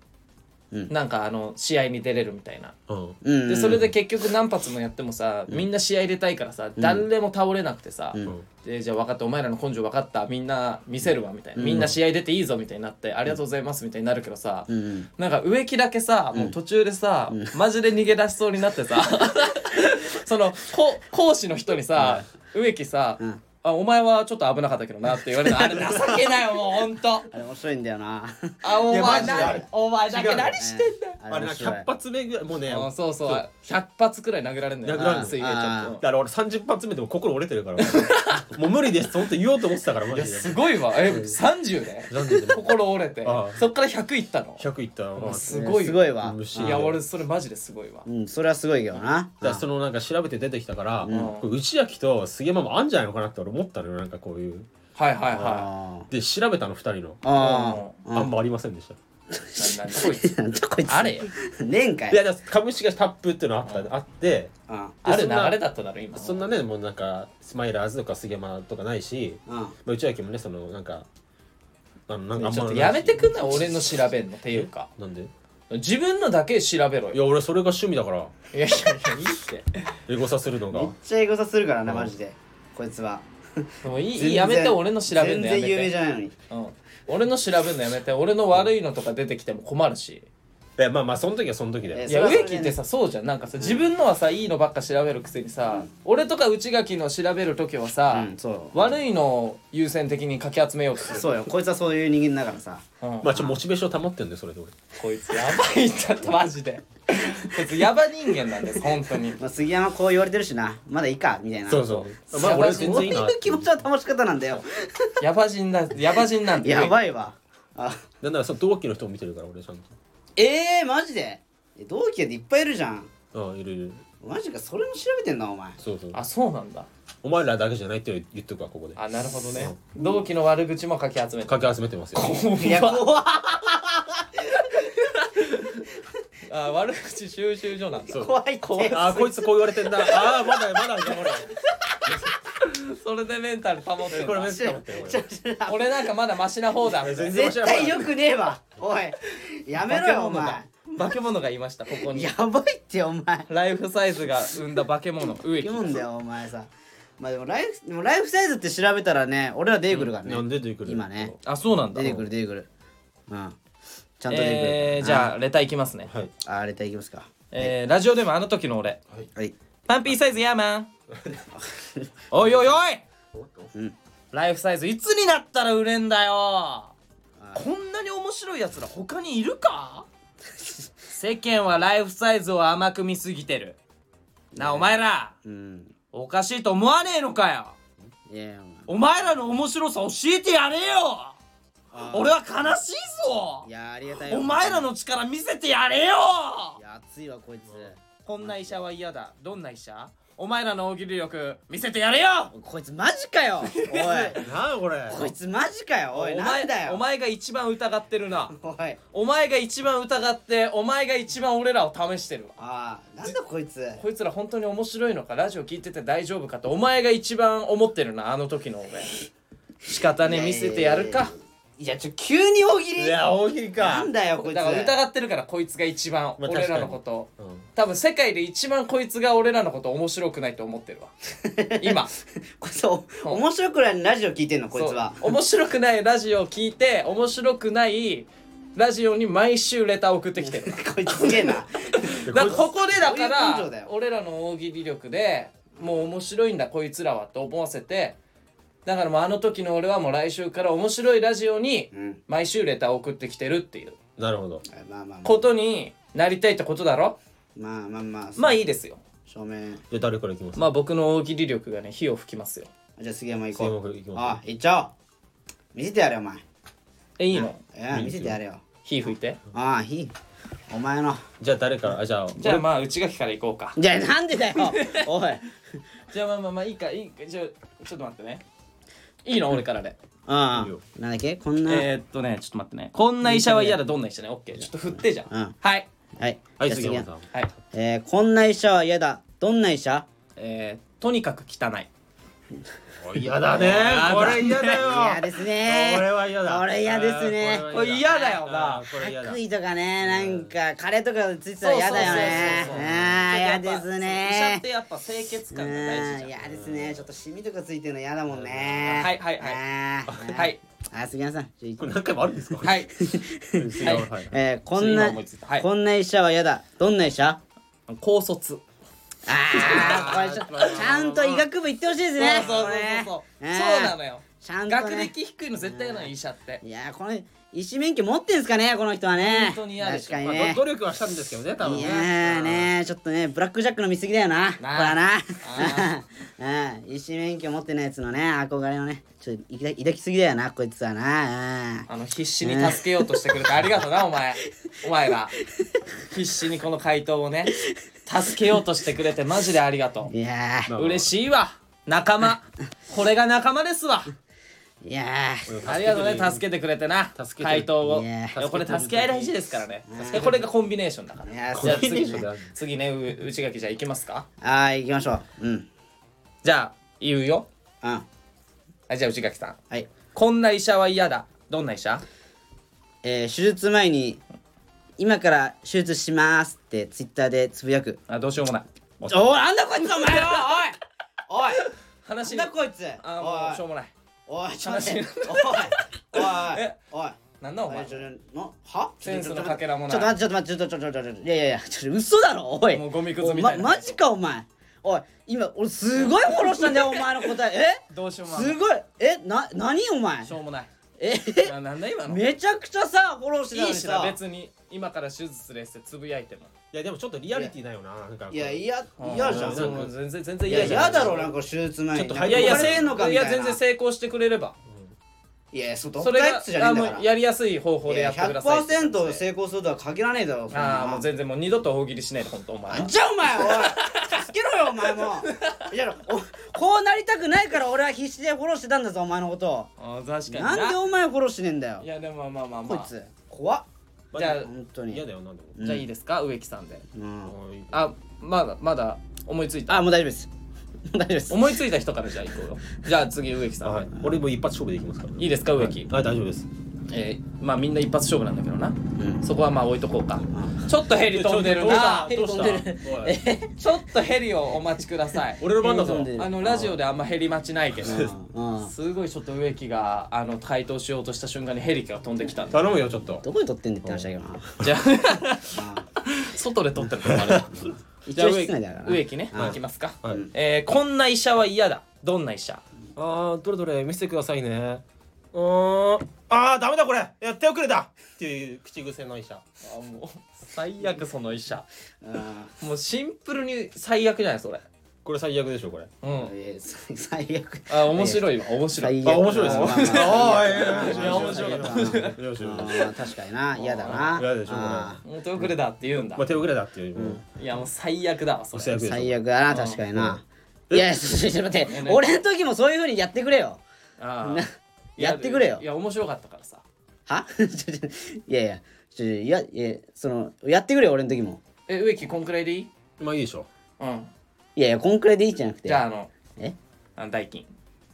Speaker 2: なんかあの試合に出れるみたいな
Speaker 3: うん
Speaker 1: うん
Speaker 2: でそれで結局何発もやってもさ、みんな試合入れたいからさ、誰も倒れなくてさ、
Speaker 1: うん
Speaker 2: でじゃあ分かったお前らの根性分かったみんな見せるわみたいな、みんな試合出ていいぞみたいになって、ありがとうございますみたいになるけどさ、
Speaker 1: うん
Speaker 2: なんか植木だけさ、もう途中でさ、マジで逃げ出しそうになって さそのこ講師の人にさ、植木さ、
Speaker 1: うん
Speaker 2: あお前はちょっと危なかったけどなって言われ たあれ情けないよもうほんと
Speaker 1: あれ面白いんだよな
Speaker 2: あお
Speaker 3: いやマ
Speaker 2: 前
Speaker 3: ジであれ
Speaker 2: なお前だ
Speaker 3: 違
Speaker 2: け
Speaker 3: うの
Speaker 2: 何してんだよ
Speaker 1: あ
Speaker 3: あれ
Speaker 1: れ
Speaker 3: な
Speaker 1: 面白い
Speaker 3: 100発目ぐらいもうね
Speaker 2: あそうそう
Speaker 3: そう
Speaker 2: 100発くらい殴られるんだよ
Speaker 3: 殴られんの
Speaker 2: 水平ちょっ
Speaker 3: だから俺30発目でも心折れてるから もう無理ですって本当言おうと思ってたからマ
Speaker 2: といや
Speaker 3: ジです
Speaker 2: ごいわえ30で
Speaker 3: 30で
Speaker 2: 心折れて
Speaker 3: ああ
Speaker 2: そっから100いったの
Speaker 3: 100いったらまあ
Speaker 2: すごい
Speaker 1: すごいわ
Speaker 3: 虫
Speaker 2: いや俺それマジですごいわ
Speaker 1: うんそれはすごいけどな
Speaker 3: だからそのなんか調べて出てきたから、
Speaker 2: ん
Speaker 3: これ内垣と杉山もあんじゃないのかなって俺思ったのよなんかこういう
Speaker 2: はいはいは
Speaker 1: あ
Speaker 3: で調べたの2人の
Speaker 1: あああ
Speaker 3: あんまありませんでした、
Speaker 2: いななんだこい つ
Speaker 1: なんだこいつ
Speaker 2: あれよ
Speaker 1: ねえんかい
Speaker 3: いやだから株式会社タップっていうのあった、あって
Speaker 1: うん
Speaker 2: ある
Speaker 3: そん
Speaker 2: 流
Speaker 3: な
Speaker 2: れだっただろ今
Speaker 3: そんなねもうなんかスマイラーズとか杉山とかないし、
Speaker 1: うん
Speaker 3: まあ、内垣もねそのなんかあのなんかあん
Speaker 2: ち
Speaker 3: ま
Speaker 2: ょっと
Speaker 3: ないし
Speaker 2: やめてくんな俺の調べんのっていうか
Speaker 3: なんで
Speaker 2: 自分のだけ調べろ
Speaker 3: い
Speaker 2: よ
Speaker 3: や俺それが趣味だから
Speaker 2: いやいやいやいいって
Speaker 3: エゴサするの
Speaker 1: めっ
Speaker 3: が
Speaker 1: ちゃエゴサするからなマジでこいつは
Speaker 2: もう
Speaker 1: 全
Speaker 2: いい
Speaker 1: 然
Speaker 2: いいやめて俺の調べんのや
Speaker 1: 全
Speaker 2: め
Speaker 1: 然有名じ
Speaker 2: て
Speaker 1: ゃないのに
Speaker 2: うん俺の調べんのやめて俺の悪いのとか出てきても困るし
Speaker 3: いやまあまあその時はその時だよ
Speaker 1: え
Speaker 2: いや
Speaker 1: それはそれ
Speaker 2: 植
Speaker 1: で
Speaker 2: 木ってさそうじゃんなんかさ自分のはさいいのばっか調べるくせにさ、俺とか内垣の調べる時はさ、
Speaker 1: うんそう
Speaker 2: 悪いのを優先的にかき集めようとする
Speaker 1: そうよこいつはそういう人間だからさ
Speaker 2: うん
Speaker 3: まあちょっとモチベーション保ってんだよそれで俺
Speaker 2: こいつやばいんだってマジでこいつヤバ人間なんです本当に
Speaker 1: まあ、杉山こう言われてるしなまだいいかみたいな
Speaker 3: そうそう。
Speaker 1: ま
Speaker 3: まあ
Speaker 1: あ
Speaker 3: 俺
Speaker 1: 俺そ
Speaker 3: 全
Speaker 1: う
Speaker 3: 然い
Speaker 1: い
Speaker 3: いな。
Speaker 1: う気持ちの保ち方なんだよ
Speaker 2: ヤバ人だヤバ人なんて
Speaker 1: やばいわあ
Speaker 3: なんならその同期の人も見てるから俺ちゃん
Speaker 1: えー、マジでえ同期っていっぱいいるじゃん
Speaker 3: と。うんいるいる。
Speaker 1: マジかそれも調べてんなお前
Speaker 3: そうそう。
Speaker 2: あそうなんだ
Speaker 3: お前らだけじゃないって言っとくわここで。
Speaker 2: あなるほどね同期の悪口もかき集めて
Speaker 3: かき集めてますよ。
Speaker 1: いや怖っ
Speaker 2: あ悪口収集所なんだ
Speaker 3: そう
Speaker 1: 怖いって
Speaker 3: あ こいつこう言われてんだ。ああまだまだこ
Speaker 2: それでメンタル保って
Speaker 3: れ
Speaker 2: る
Speaker 3: これめっちゃ
Speaker 2: 俺なんかまだマシな方だみたいな
Speaker 1: 絶対よくねえわおいやめろよお前
Speaker 2: 化け物がいましたここに
Speaker 1: やばいってお前
Speaker 2: ライフサイズが生んだ化け物植木
Speaker 1: 読むんだよお前さまあでもライフでもライフサイズって調べたらね俺ら出てくるからね、
Speaker 3: なんで出てくる？
Speaker 1: 今ね。
Speaker 2: あそうなんだ
Speaker 1: 出てくる出てくるうんちゃんと出てくる、
Speaker 2: えーじゃあレタいきますね
Speaker 3: はい。
Speaker 1: ああれでいきますか
Speaker 2: えーラジオでもあの時の俺
Speaker 1: はい
Speaker 2: パンピーサイズやーマンおいおいおい
Speaker 1: うん
Speaker 2: ライフサイズいつになったら売れんだよこんなに面白いやつら他にいるか 世間はライフサイズを甘く見すぎてるなあお前ら
Speaker 1: うん
Speaker 2: おかしいと思わねえのかよ
Speaker 1: いやいや
Speaker 2: お前らの面白さ教えてやれよ
Speaker 1: お
Speaker 2: 俺
Speaker 1: 前
Speaker 2: は悲しいぞ
Speaker 1: いやありがたいよ
Speaker 2: お前らの力見せてやれよ
Speaker 1: いや熱いわこいつ
Speaker 2: こんな医者は嫌だどんな医者お前らの大喜利力見せてやれよ
Speaker 1: こいつマジかよおい
Speaker 3: なんこれ。
Speaker 1: こいつマジかよおい
Speaker 2: お
Speaker 1: な
Speaker 2: 前
Speaker 1: んだよ
Speaker 2: お前が一番疑ってるな
Speaker 1: おい
Speaker 2: お前が一番疑ってお前が一番俺らを試してるわ
Speaker 1: ああなんだこいつ
Speaker 2: こいつら本当に面白いのかラジオ聞いてて大丈夫かってお前が一番思ってるなあの時の俺仕方ねえ見せてやるか
Speaker 1: いやちょ急に大喜利
Speaker 3: いや大喜利
Speaker 1: な
Speaker 3: か
Speaker 1: ん。だよこいつ
Speaker 2: だから疑ってるからこいつが一番
Speaker 3: まあ
Speaker 2: 俺らのことを
Speaker 3: うん
Speaker 2: 多分世界で一番こいつが俺らのこと面白くないと思ってるわ 今
Speaker 1: こいつお面白くないラジオ聞いてんのこいつは
Speaker 2: そう面白くないラジオを聞いて面白くないラジオに毎週レター送ってきてる
Speaker 1: こいつすげえな
Speaker 2: だからここでだか
Speaker 1: そういう根性だ
Speaker 2: ら
Speaker 1: よ
Speaker 2: 俺らの大喜利力でもう面白いんだこいつらはと思わせてだからもうあの時の俺はもう来週から面白いラジオに
Speaker 1: うん
Speaker 2: 毎週レター送ってきてるっていう
Speaker 3: なるほど。
Speaker 1: まあまあまあ
Speaker 2: ことになりたいってことだろ
Speaker 1: まあまあまあ
Speaker 2: まあいいですよ
Speaker 1: 正面
Speaker 3: じゃあ誰からいきます？
Speaker 2: まあ僕の大喜利力がね火を吹きますよ
Speaker 1: じゃあ杉山行こう
Speaker 3: 杉山行きます
Speaker 1: あ行っちゃおう見せてやれよお前
Speaker 2: えいいの
Speaker 1: いや見せてやれよ
Speaker 2: 火吹いて
Speaker 1: ああいいお前の
Speaker 3: じゃあ誰から？あじゃあ
Speaker 2: じゃあまあ内垣から行こうか
Speaker 1: じゃあなんでだよ おい
Speaker 2: じゃあまあまあまあいいかいいかじゃあちょっと待ってねいいの俺からで、
Speaker 1: あ
Speaker 3: いいよ
Speaker 1: あなんだっけこんな、
Speaker 2: えー、っとねちょっと待ってねこんな医者は嫌だどんな医者ねオッケーちょっと振ってじゃん、
Speaker 1: うん
Speaker 2: はい
Speaker 1: はい
Speaker 3: はい
Speaker 1: じゃあ
Speaker 3: 杉山さん。
Speaker 2: はい
Speaker 1: えー、こんな医者は嫌だどんな医者
Speaker 2: えー、とにかく汚い
Speaker 3: お嫌だね
Speaker 2: やだ。ね
Speaker 3: これ嫌だよ。
Speaker 1: 嫌ですね
Speaker 3: これは嫌だ。
Speaker 1: これ嫌ですね
Speaker 2: これ嫌だよな
Speaker 3: あーこれ嫌だ
Speaker 1: 悪。意とかねなんかカレーとかついてたら嫌だよね
Speaker 2: そうそうそうそう
Speaker 1: ああ嫌
Speaker 2: ちょ
Speaker 1: で
Speaker 2: っと
Speaker 1: す
Speaker 2: やっぱ医者っ
Speaker 1: ね
Speaker 2: てやっぱ清潔
Speaker 1: う
Speaker 2: 感が大事
Speaker 1: ん
Speaker 2: じゃん
Speaker 1: 嫌ですねちょっとシミとかついてるの嫌だもんね
Speaker 2: はいはいはい
Speaker 1: はい
Speaker 2: はい
Speaker 1: あ杉山さんちょい
Speaker 3: これ何回もあるんですか？
Speaker 2: はい
Speaker 3: 杉山さんはい。
Speaker 1: えー、こん
Speaker 2: 今
Speaker 1: な
Speaker 2: 思いついたはい
Speaker 1: こんな医者は嫌だどんな医者
Speaker 2: 高卒
Speaker 1: あーこれちょっとちゃんと医学部行ってほしいですね
Speaker 2: そうそうそう
Speaker 1: これね
Speaker 2: そうそう
Speaker 1: ね
Speaker 2: そうなのよ
Speaker 1: ちゃんと、ね、
Speaker 2: 学歴低いの絶対嫌なの医者って
Speaker 1: いやーこの医師免許持ってんすかねこの人はね
Speaker 2: 本当に嫌でしょ
Speaker 1: 確かに
Speaker 3: ま
Speaker 1: ね
Speaker 3: あ、努力はしたんですけどね多分
Speaker 1: い
Speaker 3: ね
Speaker 1: やーねちょっとねブラックジャックの見過ぎだよなこれはな うん医師免許持ってないやつのね憧れのねちょっと抱き抱きすぎだよなこいつはなうん
Speaker 2: あの必死に助けようとしてくれてありがとうなお前お前ら必死にこの回答をね助けようとしてくれてマジでありがと
Speaker 1: いや
Speaker 2: う
Speaker 3: まあ
Speaker 1: ー
Speaker 2: 嬉しいわ仲間これが仲間ですわ
Speaker 1: いやー
Speaker 2: ありがとうね助けてくれてな
Speaker 3: 助けて
Speaker 2: 回答を
Speaker 1: い
Speaker 2: い
Speaker 1: や
Speaker 2: やこれ助け合い大事ですからねでこれがコンビネーションだから
Speaker 1: いやー
Speaker 2: じゃあ
Speaker 1: コンビネー
Speaker 2: 次
Speaker 1: ション
Speaker 3: だ
Speaker 2: 次ねう内垣じゃあ行きますか
Speaker 1: あー行きましょううんうん
Speaker 2: じゃあ言うよ
Speaker 1: は
Speaker 2: あじゃあ内垣さん
Speaker 1: い
Speaker 2: こんな医者は嫌だどんな医者
Speaker 1: えー手術前に今から手術しますってツイッターでつぶやく
Speaker 2: あどうしようもない
Speaker 1: おーなんだこいつお前よおいお
Speaker 2: 話
Speaker 1: い
Speaker 2: に
Speaker 1: なんだこいつ
Speaker 2: あもうしょうもない
Speaker 1: おいおいちょっと待っておいおい
Speaker 2: え
Speaker 1: おい
Speaker 2: なんだお前
Speaker 1: えちょちょなは
Speaker 2: センスのかけらもない
Speaker 1: ちょっと待ってちょっと待ってちょっとちょっとちょっといやいやいやちょっと嘘だろおい
Speaker 2: もうゴミくずみたいな
Speaker 1: おまマジかお前おい今俺すごいフォローしたんだよお前の答ええ
Speaker 2: どうしようもない
Speaker 1: すごいえな何お前
Speaker 2: しょうもない
Speaker 1: え
Speaker 2: ななんだ今の
Speaker 1: めちゃくちゃさフォローしてたの
Speaker 2: いい
Speaker 1: に
Speaker 2: し
Speaker 1: さ
Speaker 2: な別に今から手術ですってつぶやいても
Speaker 3: いやでもちょっとリアリティないよななんか
Speaker 1: いや嫌
Speaker 2: や
Speaker 1: 嫌じゃん
Speaker 3: そ
Speaker 1: いう
Speaker 2: もう全然全然
Speaker 1: やいや
Speaker 2: 嫌じゃ
Speaker 1: 嫌だ
Speaker 2: ん
Speaker 1: ろなんか手術前に
Speaker 3: ちょっ
Speaker 2: いや
Speaker 3: と
Speaker 2: いやいや
Speaker 1: なんか怒られんのかみたいない
Speaker 2: や全然成功してくれれば
Speaker 1: いやそうどっ
Speaker 2: そ
Speaker 1: か
Speaker 2: れ
Speaker 1: や
Speaker 2: が
Speaker 1: つじゃねえんだ
Speaker 2: あ
Speaker 1: か
Speaker 2: も
Speaker 1: ら
Speaker 2: うやりやすい方法で
Speaker 1: い
Speaker 2: や
Speaker 1: や
Speaker 2: ってくださいって言って
Speaker 1: 100%成功するとは限らねえだろそんな
Speaker 2: ああもう全然もう二度と大喜利しないで本当お前
Speaker 1: なんじゃお前おい助けろよお前もいやおこうなりたくないから俺は必死でフォローしてたんだぞお前のこと
Speaker 2: ああ確かに
Speaker 1: なんでお前フォローしねえんだよ
Speaker 2: いやでもまあまあま
Speaker 1: こ
Speaker 2: あ
Speaker 1: いつ怖っ
Speaker 2: じゃあ
Speaker 1: 本当に
Speaker 3: 嫌だよなんでも
Speaker 1: うん
Speaker 2: じゃあいいですか植木さんで
Speaker 1: うん
Speaker 3: あ
Speaker 2: あまだまだ思いついた
Speaker 1: あもう大丈夫です もう大丈夫です
Speaker 2: 思いついた人からじゃあ行こう よじゃあ次植木さん、
Speaker 3: はい俺も一発勝負でいきますから
Speaker 2: いいですか植木、
Speaker 3: はい大丈夫です
Speaker 2: えー、まあみんな一発勝負なんだけどな、
Speaker 1: ん
Speaker 2: そこはまあ置いとこうかちょっとヘリ飛んでるな
Speaker 3: どうした
Speaker 1: ヘ
Speaker 3: ど
Speaker 1: リ
Speaker 3: う
Speaker 1: 飛んでる
Speaker 3: したおい
Speaker 2: えちょっとヘリをお待ちください
Speaker 3: 俺の番だ
Speaker 1: ヘリ飛ん
Speaker 3: ぞ
Speaker 1: でる
Speaker 2: あのラジオであんまヘリ待ちない けど
Speaker 1: うんうん
Speaker 2: すごいちょっと植木があの回答しようとした瞬間にヘリが飛んできたんだ
Speaker 3: 頼むよちょっと
Speaker 1: どこで撮ってんねんって話だけどな
Speaker 2: じゃあ 外で撮ってるからあれだ
Speaker 1: 一
Speaker 2: じゃあ
Speaker 1: 応
Speaker 2: 植
Speaker 1: 室
Speaker 2: 木
Speaker 1: 内だからな
Speaker 2: 植木ね
Speaker 1: うん
Speaker 2: いきますか、
Speaker 3: はい
Speaker 2: えーこんな医者は嫌だどんな医者
Speaker 3: ああどれどれ見せてくださいねうーんああダメだこれやっておくれだっていう口癖の医者
Speaker 2: あもう最悪その医者
Speaker 1: うん
Speaker 2: もうシンプルに最悪じゃないそれ
Speaker 3: これ最悪でしょこれ
Speaker 2: うん
Speaker 1: いや最最悪
Speaker 2: あ面白いわ面白い
Speaker 1: 最悪
Speaker 3: あ面白いですね
Speaker 1: まあまあまあ
Speaker 2: おーいやいやいや面白かった
Speaker 1: 最悪だな
Speaker 3: よしよし
Speaker 1: あー確かにな嫌だな
Speaker 3: 嫌でしょこれ
Speaker 1: あ
Speaker 2: もう手遅れだって言うんだ
Speaker 3: まあ手遅れだっていう、うん、
Speaker 2: いやもう最悪だわそ
Speaker 3: 最
Speaker 2: れ
Speaker 3: 悪で
Speaker 1: ー
Speaker 3: しょ
Speaker 1: 最悪だな確かにな
Speaker 3: う
Speaker 1: い
Speaker 3: ん
Speaker 1: やちょちょちょ待って俺の時もそういう風にやってくれよ
Speaker 2: あ
Speaker 1: な
Speaker 2: あ
Speaker 1: やってくれよ
Speaker 2: いや面白かったからさ
Speaker 1: は ちょちょいやいやちょちょいやいやそのやってくれよ俺の時も
Speaker 2: え植木こんくらいでいい
Speaker 3: まあいいでしょ
Speaker 2: うん
Speaker 1: いやいやこんくらいでいいじゃなくて
Speaker 2: じゃああの
Speaker 1: え
Speaker 2: あの代金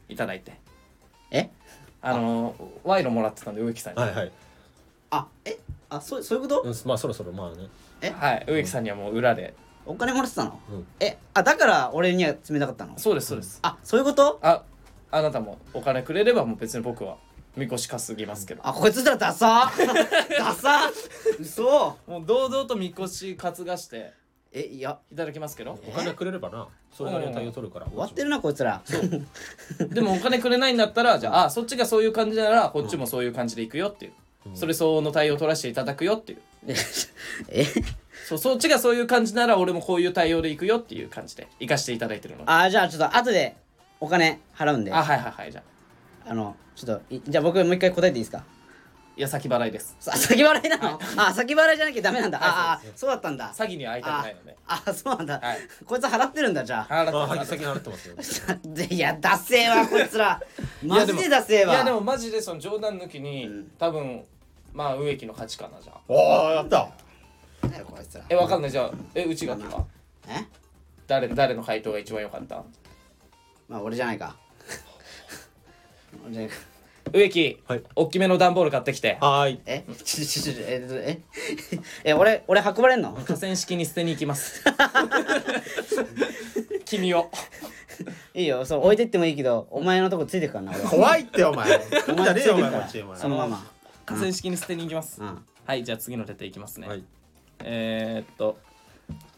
Speaker 2: いただいて
Speaker 1: え
Speaker 2: あの賄賂もらってたんで植木さんに
Speaker 3: はいはい
Speaker 1: あえあそうそういうこと
Speaker 3: うんまあそろそろまあね
Speaker 1: え
Speaker 2: はい植木さんにはもう裏で
Speaker 1: お金もらってたの
Speaker 3: うん
Speaker 1: えあだから俺には冷たかったの
Speaker 2: そうですそうです
Speaker 1: あそういうこと
Speaker 2: ああなたもお金くれればもう別に僕はみこしかすぎますけど
Speaker 1: あこいつらダサ ダサ嘘
Speaker 2: もう堂々とみこし担がして
Speaker 1: えいや
Speaker 2: いただきますけど
Speaker 3: お金くれればなそれなりの対応取るから
Speaker 1: 終わってるなこいつら
Speaker 2: でもお金くれないんだったらじゃああそっちがそういう感じならこっちもそういう感じでいくよっていう、それ相応の対応取らせていただくよっていう
Speaker 1: え
Speaker 2: そうそっちがそういう感じなら俺もこういう対応でいくよっていう感じで生かしていただいてるのであ
Speaker 1: あじゃあちょっと後でお金払うんであ
Speaker 2: はいはいはいじゃあ
Speaker 1: のちょっといじゃあ僕もう一回答えていいですか
Speaker 2: いや先払いです
Speaker 1: さ 先払いなのあ先払いじゃなきゃダメなんだああそうだったんだ
Speaker 2: 詐欺には会いたくないので
Speaker 1: ああそうなんだ、
Speaker 2: はい
Speaker 1: こいつ払ってるんだじゃあ
Speaker 2: 払って
Speaker 3: あ
Speaker 2: ます
Speaker 3: は先払ってますよ
Speaker 1: でいやダセえわ こいつら
Speaker 2: いや
Speaker 1: マ
Speaker 2: で
Speaker 1: ジ
Speaker 2: も
Speaker 1: でダセえわ
Speaker 2: いやでもマジでその冗談抜きに、多分まあ植木の勝ちかなじゃあ
Speaker 3: おおやった
Speaker 1: なんだよこいつら
Speaker 2: えわかんないじゃあえ内垣は
Speaker 1: え
Speaker 2: 誰誰の回答が一番良かった
Speaker 1: まあ俺じゃないか 俺じゃないか
Speaker 2: 植木、
Speaker 3: はい
Speaker 2: 大きめの段ボール買ってきて
Speaker 3: はーい
Speaker 1: えちょちょちょえどえ え俺俺運ばれん の
Speaker 2: 河川敷に捨てに行きます 君を
Speaker 1: いいよそう置いてってもいいけどお前のとこついてくからな俺は
Speaker 3: 怖いってお 前
Speaker 1: お
Speaker 3: じゃ
Speaker 1: 前
Speaker 3: ね
Speaker 1: つ
Speaker 3: え
Speaker 1: いて
Speaker 3: よお
Speaker 1: く
Speaker 3: 前
Speaker 1: か
Speaker 3: こ
Speaker 1: ら
Speaker 3: っちお前
Speaker 1: そのまま
Speaker 2: 河川敷に捨てに行きます、
Speaker 1: うん
Speaker 2: はいじゃあ次の出ていきますね、
Speaker 3: はい
Speaker 2: えー、っと、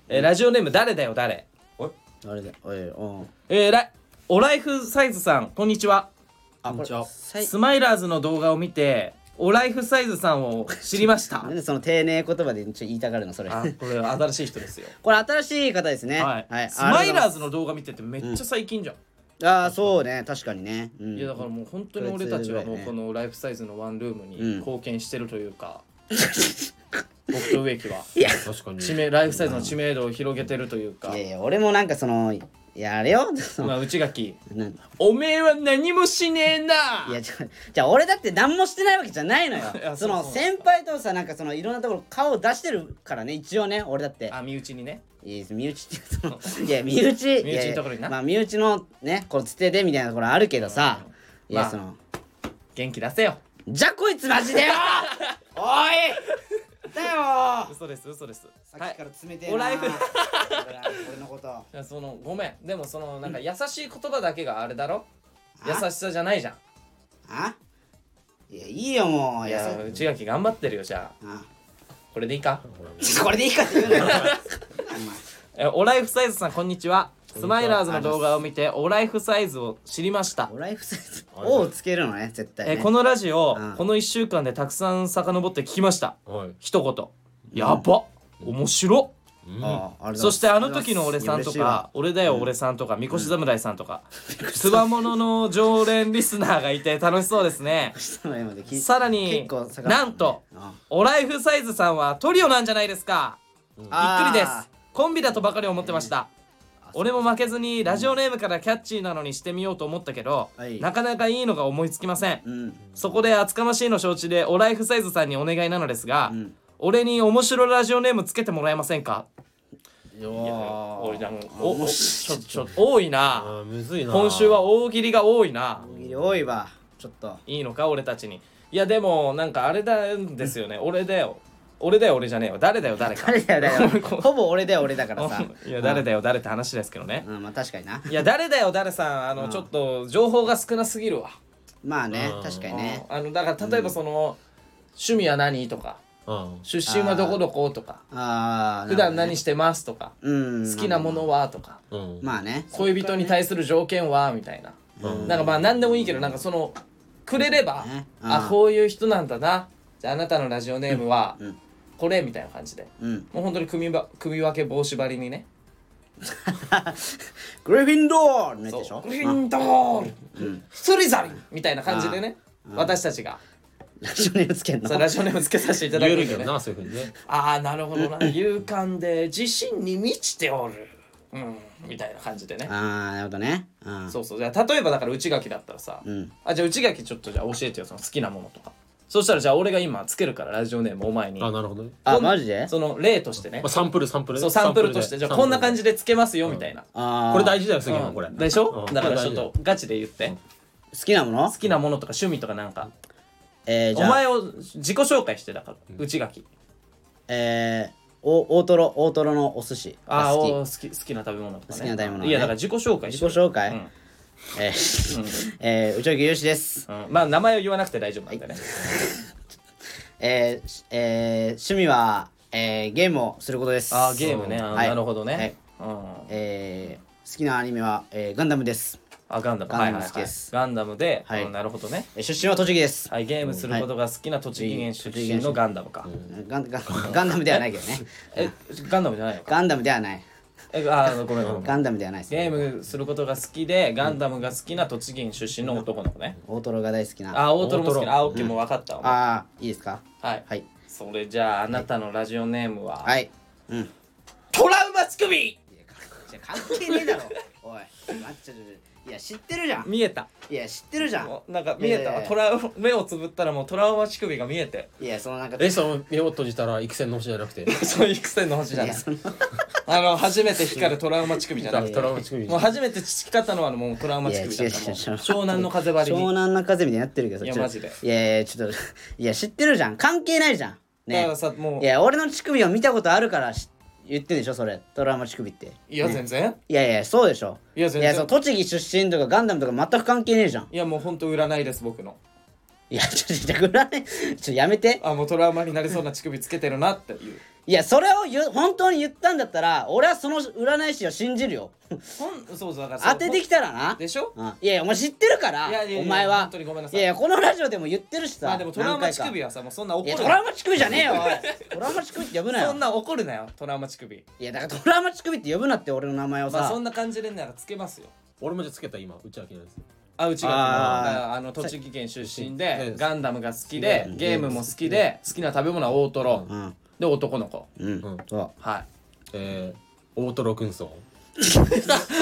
Speaker 2: えーラジオネーム誰だよ誰
Speaker 1: あれでおいおう
Speaker 2: えー、らおライフサイズさんこんにちは、
Speaker 1: あ
Speaker 3: こんにちは
Speaker 1: さい
Speaker 2: スマイラーズの動画を見ておライフサイズさんを知りました
Speaker 1: なんでその丁寧言葉でちょっと言いたがるのそれ
Speaker 2: あこれは新しい人ですよ
Speaker 1: これ新しい方ですね
Speaker 2: はい、
Speaker 1: はい
Speaker 2: スマイラー
Speaker 1: ズ
Speaker 2: ズの動画見ててめっちゃ最近じゃん、
Speaker 1: ああそうね確かにねうん
Speaker 2: いやだからもう本当に俺たちはもうこのライフサイズのワンルームに貢献してるとい うか、僕と植木は
Speaker 3: 確かに
Speaker 2: 知名ライフサイズの知名度を広げてるというか
Speaker 1: い、やいや俺もなんかそのいやあれ よその
Speaker 2: まあ、内垣
Speaker 1: なんい
Speaker 2: おめえは何もしねえな
Speaker 1: やじゃじゃあ俺だって何もしてないわけじゃないの
Speaker 2: いや
Speaker 1: よ
Speaker 2: そ
Speaker 1: そう
Speaker 2: そう
Speaker 1: の先輩とさなんかそのいろんなところ顔を出してるからね一応ね俺だって
Speaker 2: あ身内にね
Speaker 1: いや身内ってそのいや身内
Speaker 2: 身内のところにな
Speaker 1: やいや
Speaker 2: い
Speaker 1: まあ身内のねこうつてでみたいなところあるけどさい
Speaker 2: ま
Speaker 1: や
Speaker 2: あ
Speaker 1: その
Speaker 2: 元気出せよ
Speaker 1: じゃこいつマジでよ おいだよ
Speaker 2: 嘘です嘘です
Speaker 1: さ
Speaker 2: は
Speaker 1: っき
Speaker 2: い
Speaker 1: から冷てえ
Speaker 2: お
Speaker 1: な、
Speaker 2: ライフ
Speaker 1: 俺のこと
Speaker 2: いやそのごめんでもそのなんか優しい言葉だけがあれだろ
Speaker 1: あ
Speaker 2: 優しさじゃないじゃ
Speaker 1: あいやいいよもうん
Speaker 2: い
Speaker 1: いや
Speaker 2: や内垣頑張ってるよじゃ
Speaker 1: あ
Speaker 2: あ これでいいか
Speaker 1: これでいいかって言うなよお前
Speaker 2: えおライフサイズさんこんにちはスマイラーズの動画を見ておライフサイズを知りました
Speaker 1: おライフサイズ「
Speaker 3: はい
Speaker 1: お」をつけるのね絶対ね
Speaker 2: えーこのラジオ、
Speaker 1: うん
Speaker 2: この1週間でたくさん遡って聞きました
Speaker 3: はい
Speaker 2: 一言やば、面白っ
Speaker 3: うん
Speaker 1: ああありがとうございます
Speaker 2: そしてあの時の俺さんと
Speaker 1: いや嬉しいわ
Speaker 2: か俺だよ俺さんとかみこし侍さんとかつわものの常連リスナーがいて楽しそうですね
Speaker 1: 人の絵まで聞い
Speaker 2: さらに
Speaker 1: 結構下がった
Speaker 2: なんと
Speaker 1: あ
Speaker 2: おライフサイズさんはトリオなんじゃないですか
Speaker 3: びっ
Speaker 2: びっ
Speaker 1: あー
Speaker 2: くりですコンビだとばかり思ってました
Speaker 1: あ
Speaker 2: 俺も負けずにラジオネームからキャッチーなのにしてみようと思ったけど、
Speaker 1: はい
Speaker 2: なかなかいいのが思いつきません
Speaker 1: うん
Speaker 2: そこで厚かましいの承知でおライフサイズさんにお願いなのですが、
Speaker 1: うん
Speaker 2: 俺に面白ラジオネームつけてもらえませんか
Speaker 1: よー
Speaker 2: 俺なんかお
Speaker 1: お
Speaker 2: お
Speaker 1: お
Speaker 2: ち
Speaker 1: し
Speaker 2: ょちょ多いな
Speaker 3: あーむずいな
Speaker 2: 今週は大喜利が多いな
Speaker 1: 大喜利多いわちょっ と
Speaker 2: いいのか俺たちにいやでもなんかあれなんですよね俺だよ俺だよ俺じゃねえよ誰だよ誰か
Speaker 1: 誰だよ誰だよ
Speaker 2: こ
Speaker 1: ほぼ俺だよ俺だからさ
Speaker 2: いや誰だよ誰って話ですけどね
Speaker 1: うんまあ確かにない
Speaker 2: や誰だよ誰さんあの、
Speaker 1: うん
Speaker 2: ちょっと情報が少なすぎるわ、
Speaker 1: まあね
Speaker 3: うん
Speaker 1: 確かにね
Speaker 2: あのだから例えばその、趣味は何とか
Speaker 3: うん
Speaker 2: 出身はどこどことか
Speaker 1: ああ
Speaker 2: 普段何してますとか、
Speaker 1: うん
Speaker 2: 好きなものはとか、
Speaker 3: うん
Speaker 1: まあね
Speaker 2: 恋人に対する条件はみたいな、
Speaker 3: うん
Speaker 2: なんかまあ何でもいいけどなんかそのくれれば、
Speaker 1: ね
Speaker 2: あ
Speaker 1: うん
Speaker 2: こういう人なんだなじゃああなたのラジオネームは
Speaker 1: うん
Speaker 2: これみたいな感じで
Speaker 1: うん
Speaker 2: もう本当に組ば組分け防止張りにね
Speaker 1: グリフィンドールのやつ
Speaker 2: そう
Speaker 1: でしょ
Speaker 2: グリーンドール
Speaker 1: うん
Speaker 2: スリザリンみたいな感じでね私たちが
Speaker 1: ラジオネームつけんの
Speaker 2: そうラジオネームつけさせていただ
Speaker 3: 言
Speaker 2: く
Speaker 3: え
Speaker 2: ん
Speaker 3: る
Speaker 2: で
Speaker 3: けど
Speaker 2: ね
Speaker 3: なそういうふうにね
Speaker 2: ああなるほどな勇敢で自信に満ちておるうんみたいな感じでね
Speaker 1: ああなるほどねうん
Speaker 2: そうそうじゃあ例えばだから内垣だったらさ、
Speaker 1: うん
Speaker 2: あじゃあ内垣ちょっとじゃあ教えてよその好きなものとかそしたらじゃあ俺が今つけるからラジオネームお前に
Speaker 3: あなるほどね
Speaker 1: あマジで
Speaker 2: その例としてね
Speaker 3: まあサンプルサンプルね
Speaker 2: そうサンプルとしてじ
Speaker 3: サン
Speaker 2: ゃ
Speaker 3: プ
Speaker 2: あ
Speaker 3: ル
Speaker 2: こんな感じでつけますよみたいな、
Speaker 1: ああ
Speaker 3: これ大
Speaker 1: 好
Speaker 3: 事だよ杉
Speaker 2: う
Speaker 3: 野
Speaker 2: ん
Speaker 3: これ
Speaker 2: でしょ、
Speaker 3: うん
Speaker 2: だからちょっ
Speaker 3: これ
Speaker 2: と
Speaker 3: 大
Speaker 2: ガチで言って、
Speaker 1: きなもの
Speaker 2: 好きなものとか趣味とかなんか
Speaker 1: えー
Speaker 2: お
Speaker 1: じゃあ
Speaker 2: 前を自己紹介してだから、内垣
Speaker 1: えーお大トロ大トロのお寿司
Speaker 2: あ
Speaker 1: が
Speaker 2: あ
Speaker 1: 好き
Speaker 2: お好き好きな食べ物とか
Speaker 1: 好
Speaker 2: ね
Speaker 1: きな食べ物ね
Speaker 2: いやだから自己紹介しろ
Speaker 1: 自己紹介
Speaker 2: うん
Speaker 1: えーえー内脇よしです
Speaker 2: うんまあ名前を言わなくて大丈夫なんでね、
Speaker 1: えーしえー趣味はえーゲームをすることです
Speaker 2: ああゲームね、あー
Speaker 1: はい
Speaker 2: なるほどね、うん、
Speaker 1: えー好きなアニメはえーガンダムです
Speaker 2: あガンダム
Speaker 1: ガンダム
Speaker 2: はいは
Speaker 1: 好
Speaker 2: い
Speaker 1: きです
Speaker 2: はい、ガンダムで、
Speaker 1: はい
Speaker 2: うんなるほどね
Speaker 1: えー出身は栃木です
Speaker 2: はい、ゲームすることが好きな栃木県出身のガンダムか。
Speaker 1: ガンガンガンダムではないけどね
Speaker 2: え、ガンダムじゃないのか。
Speaker 1: ガンダムではない
Speaker 2: え、あー、ごめんごめん。
Speaker 1: ガンダムではないです
Speaker 2: ゲームすることが好きで、ガンダムが好きな栃木県出身の男の子ね。
Speaker 1: 大トロが大好きなあ
Speaker 2: あー、オートロも好
Speaker 3: オー
Speaker 2: き
Speaker 3: ト
Speaker 2: な。あー、オッケーもう分かったわ。
Speaker 1: あーいいですか
Speaker 2: はい。
Speaker 1: はい
Speaker 2: それじゃあ、あなたのラジオネームは、
Speaker 1: はいうん
Speaker 2: トラウマ乳首
Speaker 1: じゃ関係ねえだろおい待っちゃいや知ってるじゃん
Speaker 2: 見えた。
Speaker 1: いや知ってるじゃん
Speaker 2: おなんか見え
Speaker 1: い
Speaker 2: たわ。
Speaker 1: やいやいや
Speaker 2: トラウ目をつぶったらもうトラウマ乳首が見えて。
Speaker 1: いやそのなんか
Speaker 3: えその目を閉じたら育成の星じゃなくて
Speaker 2: そういう癖の星じゃ
Speaker 1: い
Speaker 2: な
Speaker 1: や
Speaker 2: い。
Speaker 1: その
Speaker 2: あの、初めて光るトラウマ乳首じゃなくて
Speaker 3: ト。ラウマ乳首
Speaker 2: もう初めて培ったのはもうトラウマ
Speaker 1: いや違
Speaker 2: 乳
Speaker 1: う違う
Speaker 2: 首
Speaker 1: 違
Speaker 2: だ
Speaker 1: う
Speaker 2: ったもん湘南の風張り
Speaker 1: 湘
Speaker 2: に。
Speaker 1: 南の風みたいになってるけど
Speaker 2: いや
Speaker 1: ちょっと
Speaker 2: マジで
Speaker 1: いやいやちょっといや知ってるじゃん関係ないじゃん
Speaker 2: だか
Speaker 1: ね
Speaker 2: らさ、もう
Speaker 1: い。や俺の乳首を見たことあるからし言ってんでしょそれドラマ乳首って
Speaker 2: いや、全然。
Speaker 1: いやいやそうでしょ
Speaker 2: いや全然
Speaker 1: いやその栃木出身とかガンダムとか全く関係ねえじゃん
Speaker 2: いや、もう本当占いです、僕の。
Speaker 1: いやちょっとちょっと占いちょっとやめて
Speaker 2: あ、もうトラウマになりそうな乳首つけてるなっていう。
Speaker 1: いやそれを言う本当に言ったんだったら俺はその占い師を信じるよ
Speaker 2: ほん、そうそう、だからそう
Speaker 1: 当ててきたらな
Speaker 2: でしょ
Speaker 1: うんいやいやお前知ってるから
Speaker 2: いやいやいや
Speaker 1: お前は
Speaker 2: 本当にごめんなさい
Speaker 1: やいやこのラジオでも言ってるしさ
Speaker 2: まあでもトラウマ乳
Speaker 1: 何回
Speaker 2: 首
Speaker 1: か
Speaker 2: はさ、もうそんな怒
Speaker 1: いや
Speaker 2: る
Speaker 1: トラウマ乳首じゃねえよお いトラウマ乳首って呼ぶな
Speaker 2: そ
Speaker 1: よ
Speaker 2: んな怒るなよ、トラウマ乳首。
Speaker 1: いやだからトラウマ乳首って呼ぶなって俺の名前をさ、
Speaker 2: まあそんな感じでなんかつけますよ。
Speaker 3: 俺もじゃあつけた今内明なんです
Speaker 2: あ、うちが
Speaker 1: あー
Speaker 2: だからあの栃木県出身
Speaker 3: う
Speaker 2: で
Speaker 3: ん、
Speaker 2: ガンダムが好きで、
Speaker 3: うん
Speaker 2: ゲームも好きで、好きな食べ物は大トロ
Speaker 1: う。ん
Speaker 2: で、男の子。
Speaker 1: うん、
Speaker 3: うん
Speaker 1: そう
Speaker 2: はい。
Speaker 3: えー大トロ軍曹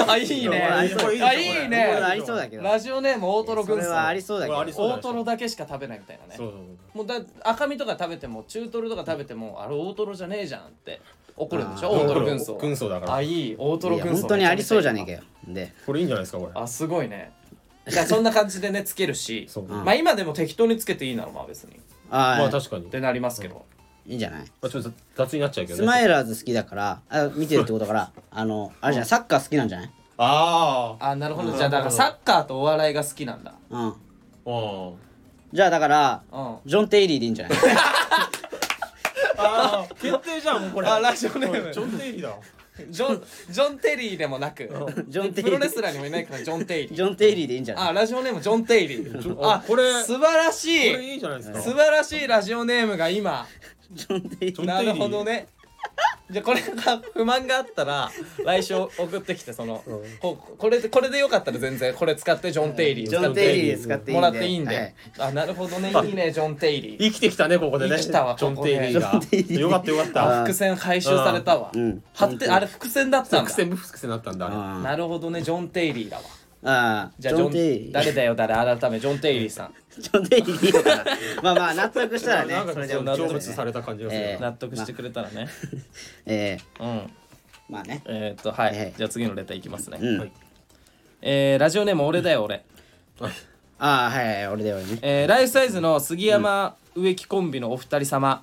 Speaker 2: あ、いいね。あ、
Speaker 1: あ
Speaker 2: い
Speaker 1: いいねこれいい
Speaker 2: い
Speaker 3: ね
Speaker 1: これあ
Speaker 2: ね。
Speaker 1: りそうだけど
Speaker 2: ラジオネーム大トロ
Speaker 1: そ
Speaker 2: 軍
Speaker 1: れはあ
Speaker 2: 曹
Speaker 1: り。そうだけ
Speaker 3: これ
Speaker 1: ど
Speaker 3: ありそう
Speaker 2: 大トロだけしか食べないみたいなね
Speaker 3: そ。うそう
Speaker 2: もうだ赤身とか食べても中トロとか食べてもあれ大トロじゃねえじゃんって怒るんでしょ
Speaker 1: あ
Speaker 3: ー
Speaker 2: 大トロ軍曹
Speaker 3: 大トロ軍曹だから
Speaker 2: あいい大トロ
Speaker 1: いや
Speaker 2: 軍曹
Speaker 1: 本当にありそうじゃねえか
Speaker 2: よ
Speaker 1: よで
Speaker 3: これいいんじゃないですかこれ
Speaker 2: あすごいねじゃあそんな感じでねつけるし
Speaker 3: そう
Speaker 2: まあ今でも適当につけていいならまあ別に
Speaker 1: あ
Speaker 3: ま
Speaker 1: あ
Speaker 3: あ確かに
Speaker 2: ってなりますけど
Speaker 1: いいんじゃない
Speaker 3: まあちょっと雑になっちゃうけど
Speaker 1: ス
Speaker 3: ね
Speaker 1: マイラーズ好きだからあ見てるってことだ からあのあれじゃんサッカー好きなんじゃない
Speaker 3: ああ
Speaker 2: あなるほどじゃあだからサッカーとお笑いが好きなんだ
Speaker 1: うん
Speaker 3: うん
Speaker 1: じゃあだから
Speaker 2: うん
Speaker 1: ジョン・テイリーでいいん じゃない
Speaker 3: ああ決定じゃんもうこれ
Speaker 2: あラジオネーム
Speaker 3: ちょん定理だ
Speaker 2: ジョンジョン・テリーでもなく
Speaker 1: ジョンテリー
Speaker 2: プロレスラーにもいないからジョン・テリー
Speaker 1: ジョン・テイリーでいいんじゃない
Speaker 2: あラジオネームジョン・テイリー
Speaker 3: あ
Speaker 2: あこ
Speaker 3: こ
Speaker 2: れ
Speaker 3: れ
Speaker 2: 素晴らし
Speaker 3: これ
Speaker 2: い
Speaker 3: いいじゃないですか
Speaker 2: 素晴らしいラジオネームが今
Speaker 1: ジョン・テイリ
Speaker 3: ジョン
Speaker 1: ー
Speaker 2: なるほどねじゃあこれが不満があったら来週送ってきてその
Speaker 3: うん
Speaker 2: ここれでこれでよかったら全然これ使ってジョン・テイリー
Speaker 1: ジ
Speaker 2: 使
Speaker 1: ョ
Speaker 2: っ
Speaker 1: ン・テイ
Speaker 2: て
Speaker 1: リーで使っていいんで
Speaker 2: もらっていいんで、
Speaker 1: は
Speaker 2: あなるほどねいいねジョン・テイリー
Speaker 3: 生きてきたねここでね
Speaker 2: 生きたわ
Speaker 3: ジョン・
Speaker 2: ここ
Speaker 3: テ
Speaker 2: ね
Speaker 3: イリー
Speaker 1: ジョンテイリー
Speaker 3: がよかったよかっ
Speaker 2: あ
Speaker 3: た
Speaker 2: 伏線回収されたわ、
Speaker 1: うん
Speaker 2: 貼ってあれ伏線だったん
Speaker 3: 伏
Speaker 2: だ
Speaker 3: 線伏線だったんだあ
Speaker 1: あ
Speaker 2: なるほどねジョン・テイリーだわ
Speaker 1: あ
Speaker 2: じ
Speaker 1: ジ
Speaker 2: ゃあジョ
Speaker 1: ョ
Speaker 2: ン
Speaker 1: ン・テイリー
Speaker 2: 誰だよ誰改めジョン・テイリーさん
Speaker 1: ジョン・テイリーでいいのかな まあまあ納得したら
Speaker 3: れな
Speaker 1: ね
Speaker 3: んか
Speaker 1: それで
Speaker 3: 成
Speaker 2: 納得
Speaker 3: 仏された感じがするな
Speaker 1: ええ
Speaker 2: 納得してくれたらね、
Speaker 1: ええ
Speaker 2: うん
Speaker 1: まあね
Speaker 2: えー、っとはい、
Speaker 1: ええ
Speaker 2: じゃあ次のレターいきますね、
Speaker 1: うん、
Speaker 3: はい
Speaker 2: えー、ラジオネーム俺だよ俺、
Speaker 1: ああはいはい俺だよね
Speaker 2: えー、ライフサイズの杉山植木コンビのお二人様、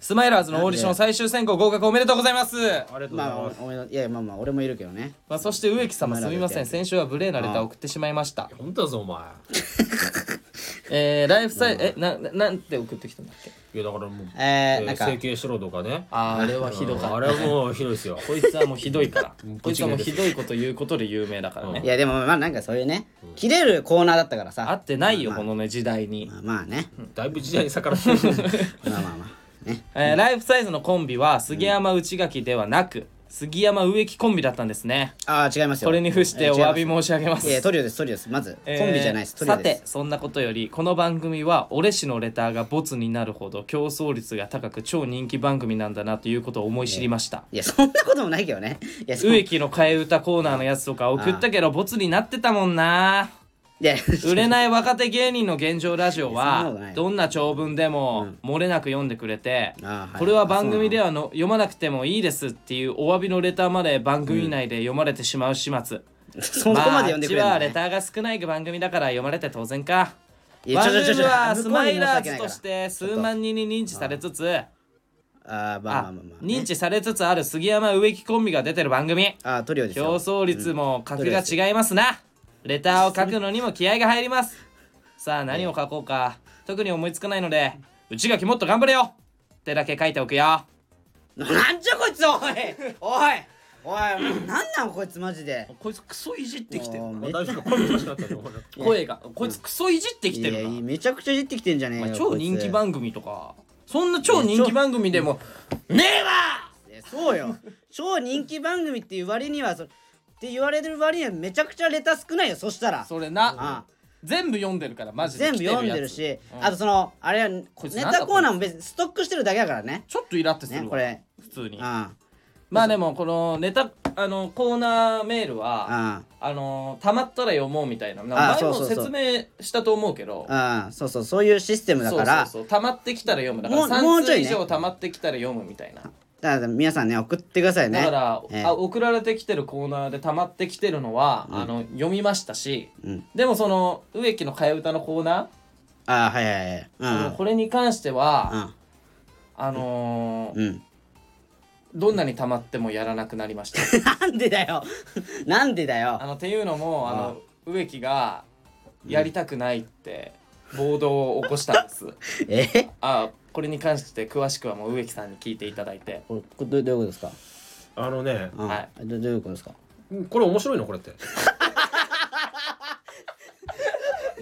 Speaker 2: スマイラーズのオーディション最終選考合格おめでとうございます、
Speaker 3: ありがとうござ
Speaker 1: ま
Speaker 3: い
Speaker 1: あ
Speaker 3: ます
Speaker 1: おおめでいやまあまあ俺もいるけどね
Speaker 2: まあ、そして植木様
Speaker 1: スマ
Speaker 2: す
Speaker 1: イラーズ
Speaker 2: みません先週は無礼なレターを送ってしまいました
Speaker 3: 本当だぞお前
Speaker 2: えー、ライフサイズえなななんて送ってきたんだっけ
Speaker 3: いやだからもう
Speaker 1: えー
Speaker 3: えー
Speaker 1: なんか
Speaker 3: 整形しろとかね
Speaker 2: あーあれはひどかった
Speaker 3: あれはもうひどいですよ
Speaker 2: こいつはもうひどいから
Speaker 3: うん
Speaker 2: こいつはもうひどいこと言うことで有名だから
Speaker 1: い
Speaker 2: ね
Speaker 1: やでもまあなんかそういうね切れるコーナーだったから
Speaker 2: 合っ
Speaker 1: さ
Speaker 2: てないよ
Speaker 1: まあ
Speaker 2: このね時代に、
Speaker 1: まあまあね
Speaker 3: だいぶ時代に逆らってる
Speaker 1: まあまあまあね
Speaker 2: えーライフサイズのコンビは杉山内垣ではなく、杉山植木コンビだったんですね
Speaker 1: ああ違いますよ
Speaker 2: これに付してお詫び
Speaker 1: も
Speaker 2: 申し上げます
Speaker 1: いやトリオですトリオですまずコ
Speaker 2: えー
Speaker 1: ンビじゃないですトリオ
Speaker 2: さ
Speaker 1: で
Speaker 2: て
Speaker 1: す
Speaker 2: そんなことよりこの番組は俺氏のレターがボツになるほど競争率が高く超人気番組なんだなということを思い知りました、
Speaker 1: いやそんなこともないけどねいやそう
Speaker 2: 植木の替え歌コーナーのやつとか送ったけどボツになってたもんない
Speaker 1: や
Speaker 2: 売れない若手芸人の現状ラジオ
Speaker 1: そんなことな
Speaker 2: はいどんな長文でも漏れなく読んでくれて
Speaker 1: あはい
Speaker 2: これは番組ではの読まなくてもいいですっていうお詫びのレターまで番組内で読まれてしまう始末
Speaker 1: そこまで呼んでくれる
Speaker 2: まあ
Speaker 1: の
Speaker 2: あっちはレ
Speaker 1: ね
Speaker 2: ターが少ない番組だから読まれて当然か
Speaker 1: いや
Speaker 2: 番
Speaker 1: ちょちょち
Speaker 2: 組
Speaker 1: ょ
Speaker 2: は
Speaker 1: ちょ
Speaker 2: ス
Speaker 1: 向こう
Speaker 2: マ
Speaker 1: に
Speaker 2: イ
Speaker 1: 申し
Speaker 2: ラー
Speaker 1: 訳な
Speaker 2: ズ
Speaker 1: いか
Speaker 2: と
Speaker 1: ら
Speaker 2: して数万人に認知されつつ
Speaker 1: ああまあまあ
Speaker 2: あ
Speaker 1: まあまあ
Speaker 2: 認知されつつある杉山植木コンビが出てる番組
Speaker 1: ああトリオです
Speaker 2: 競
Speaker 1: よ
Speaker 2: 争率も格が違いますなレターを書くのにも気合が入りますさあ何を書こうか特に思いつかないので内垣もっと頑張れよってだけ書いておくよ
Speaker 1: なんじゃこいつおいおいおいなんなんこいつマジで
Speaker 2: こいつクソいじって
Speaker 1: もうめ
Speaker 3: 大丈夫か声おかしくなったよ
Speaker 2: 声がこいつクソいじってきて
Speaker 1: い
Speaker 2: る
Speaker 1: やい
Speaker 2: ない
Speaker 1: めちゃくちゃいじってきてんじゃね
Speaker 2: お
Speaker 1: えよ
Speaker 2: 前超人気
Speaker 1: こ
Speaker 2: 番組とかそんな超人気番組でもねえわ
Speaker 1: いつねそうよ超人気番組っていう割にはそって言われてる割にはめちゃくちゃレタ少ないよそしたら
Speaker 2: それ
Speaker 1: あ
Speaker 2: な全部読んでるからマジで
Speaker 1: 全部読んでるし、あとそのあれはネ
Speaker 2: こいつなんだ
Speaker 1: タコーナーも別にストックしてるだけだからね
Speaker 2: ちょっとイラってす
Speaker 1: ね
Speaker 2: る
Speaker 1: こ
Speaker 2: わ
Speaker 1: れ
Speaker 2: 普通に
Speaker 1: あ
Speaker 2: まあでもこのネタあのコーナーメールは
Speaker 1: あ
Speaker 2: あのー、たまったら読もうみたいななんか前
Speaker 1: そう
Speaker 2: も
Speaker 1: そうそう
Speaker 2: 説明したと思うけど
Speaker 1: ああそうそうそういうシステムだから
Speaker 2: そうそうそうたまってきたら読むだから
Speaker 1: もうも
Speaker 2: 3
Speaker 1: うちょ
Speaker 2: 通
Speaker 1: い
Speaker 2: 以
Speaker 1: ね
Speaker 2: 上たまってきたら読むみたいな、
Speaker 1: だから皆さんね送ってくださいね
Speaker 2: だから、
Speaker 1: ええ
Speaker 2: あ送られてきてるコーナーでたまってきてるのは、あの読みましたし、
Speaker 1: うん
Speaker 2: でもその植木の替え歌のコーナ
Speaker 1: ああはいはいはいうん
Speaker 2: ー、これに関しては、
Speaker 1: あ
Speaker 2: あのー
Speaker 1: うん
Speaker 2: どんなにたまってもやらなくなりました
Speaker 1: なんでだよ なんでだよ
Speaker 2: あのっていうのもあの植木がやりたくないって暴動を起こしたんです
Speaker 1: え
Speaker 2: あこれに関して詳しくはもう植木さんに聞いていただいて
Speaker 1: これこれどうどういうことですか
Speaker 3: あのね
Speaker 1: うん
Speaker 2: はい
Speaker 1: どどういうことですか
Speaker 3: これ面白いのこれって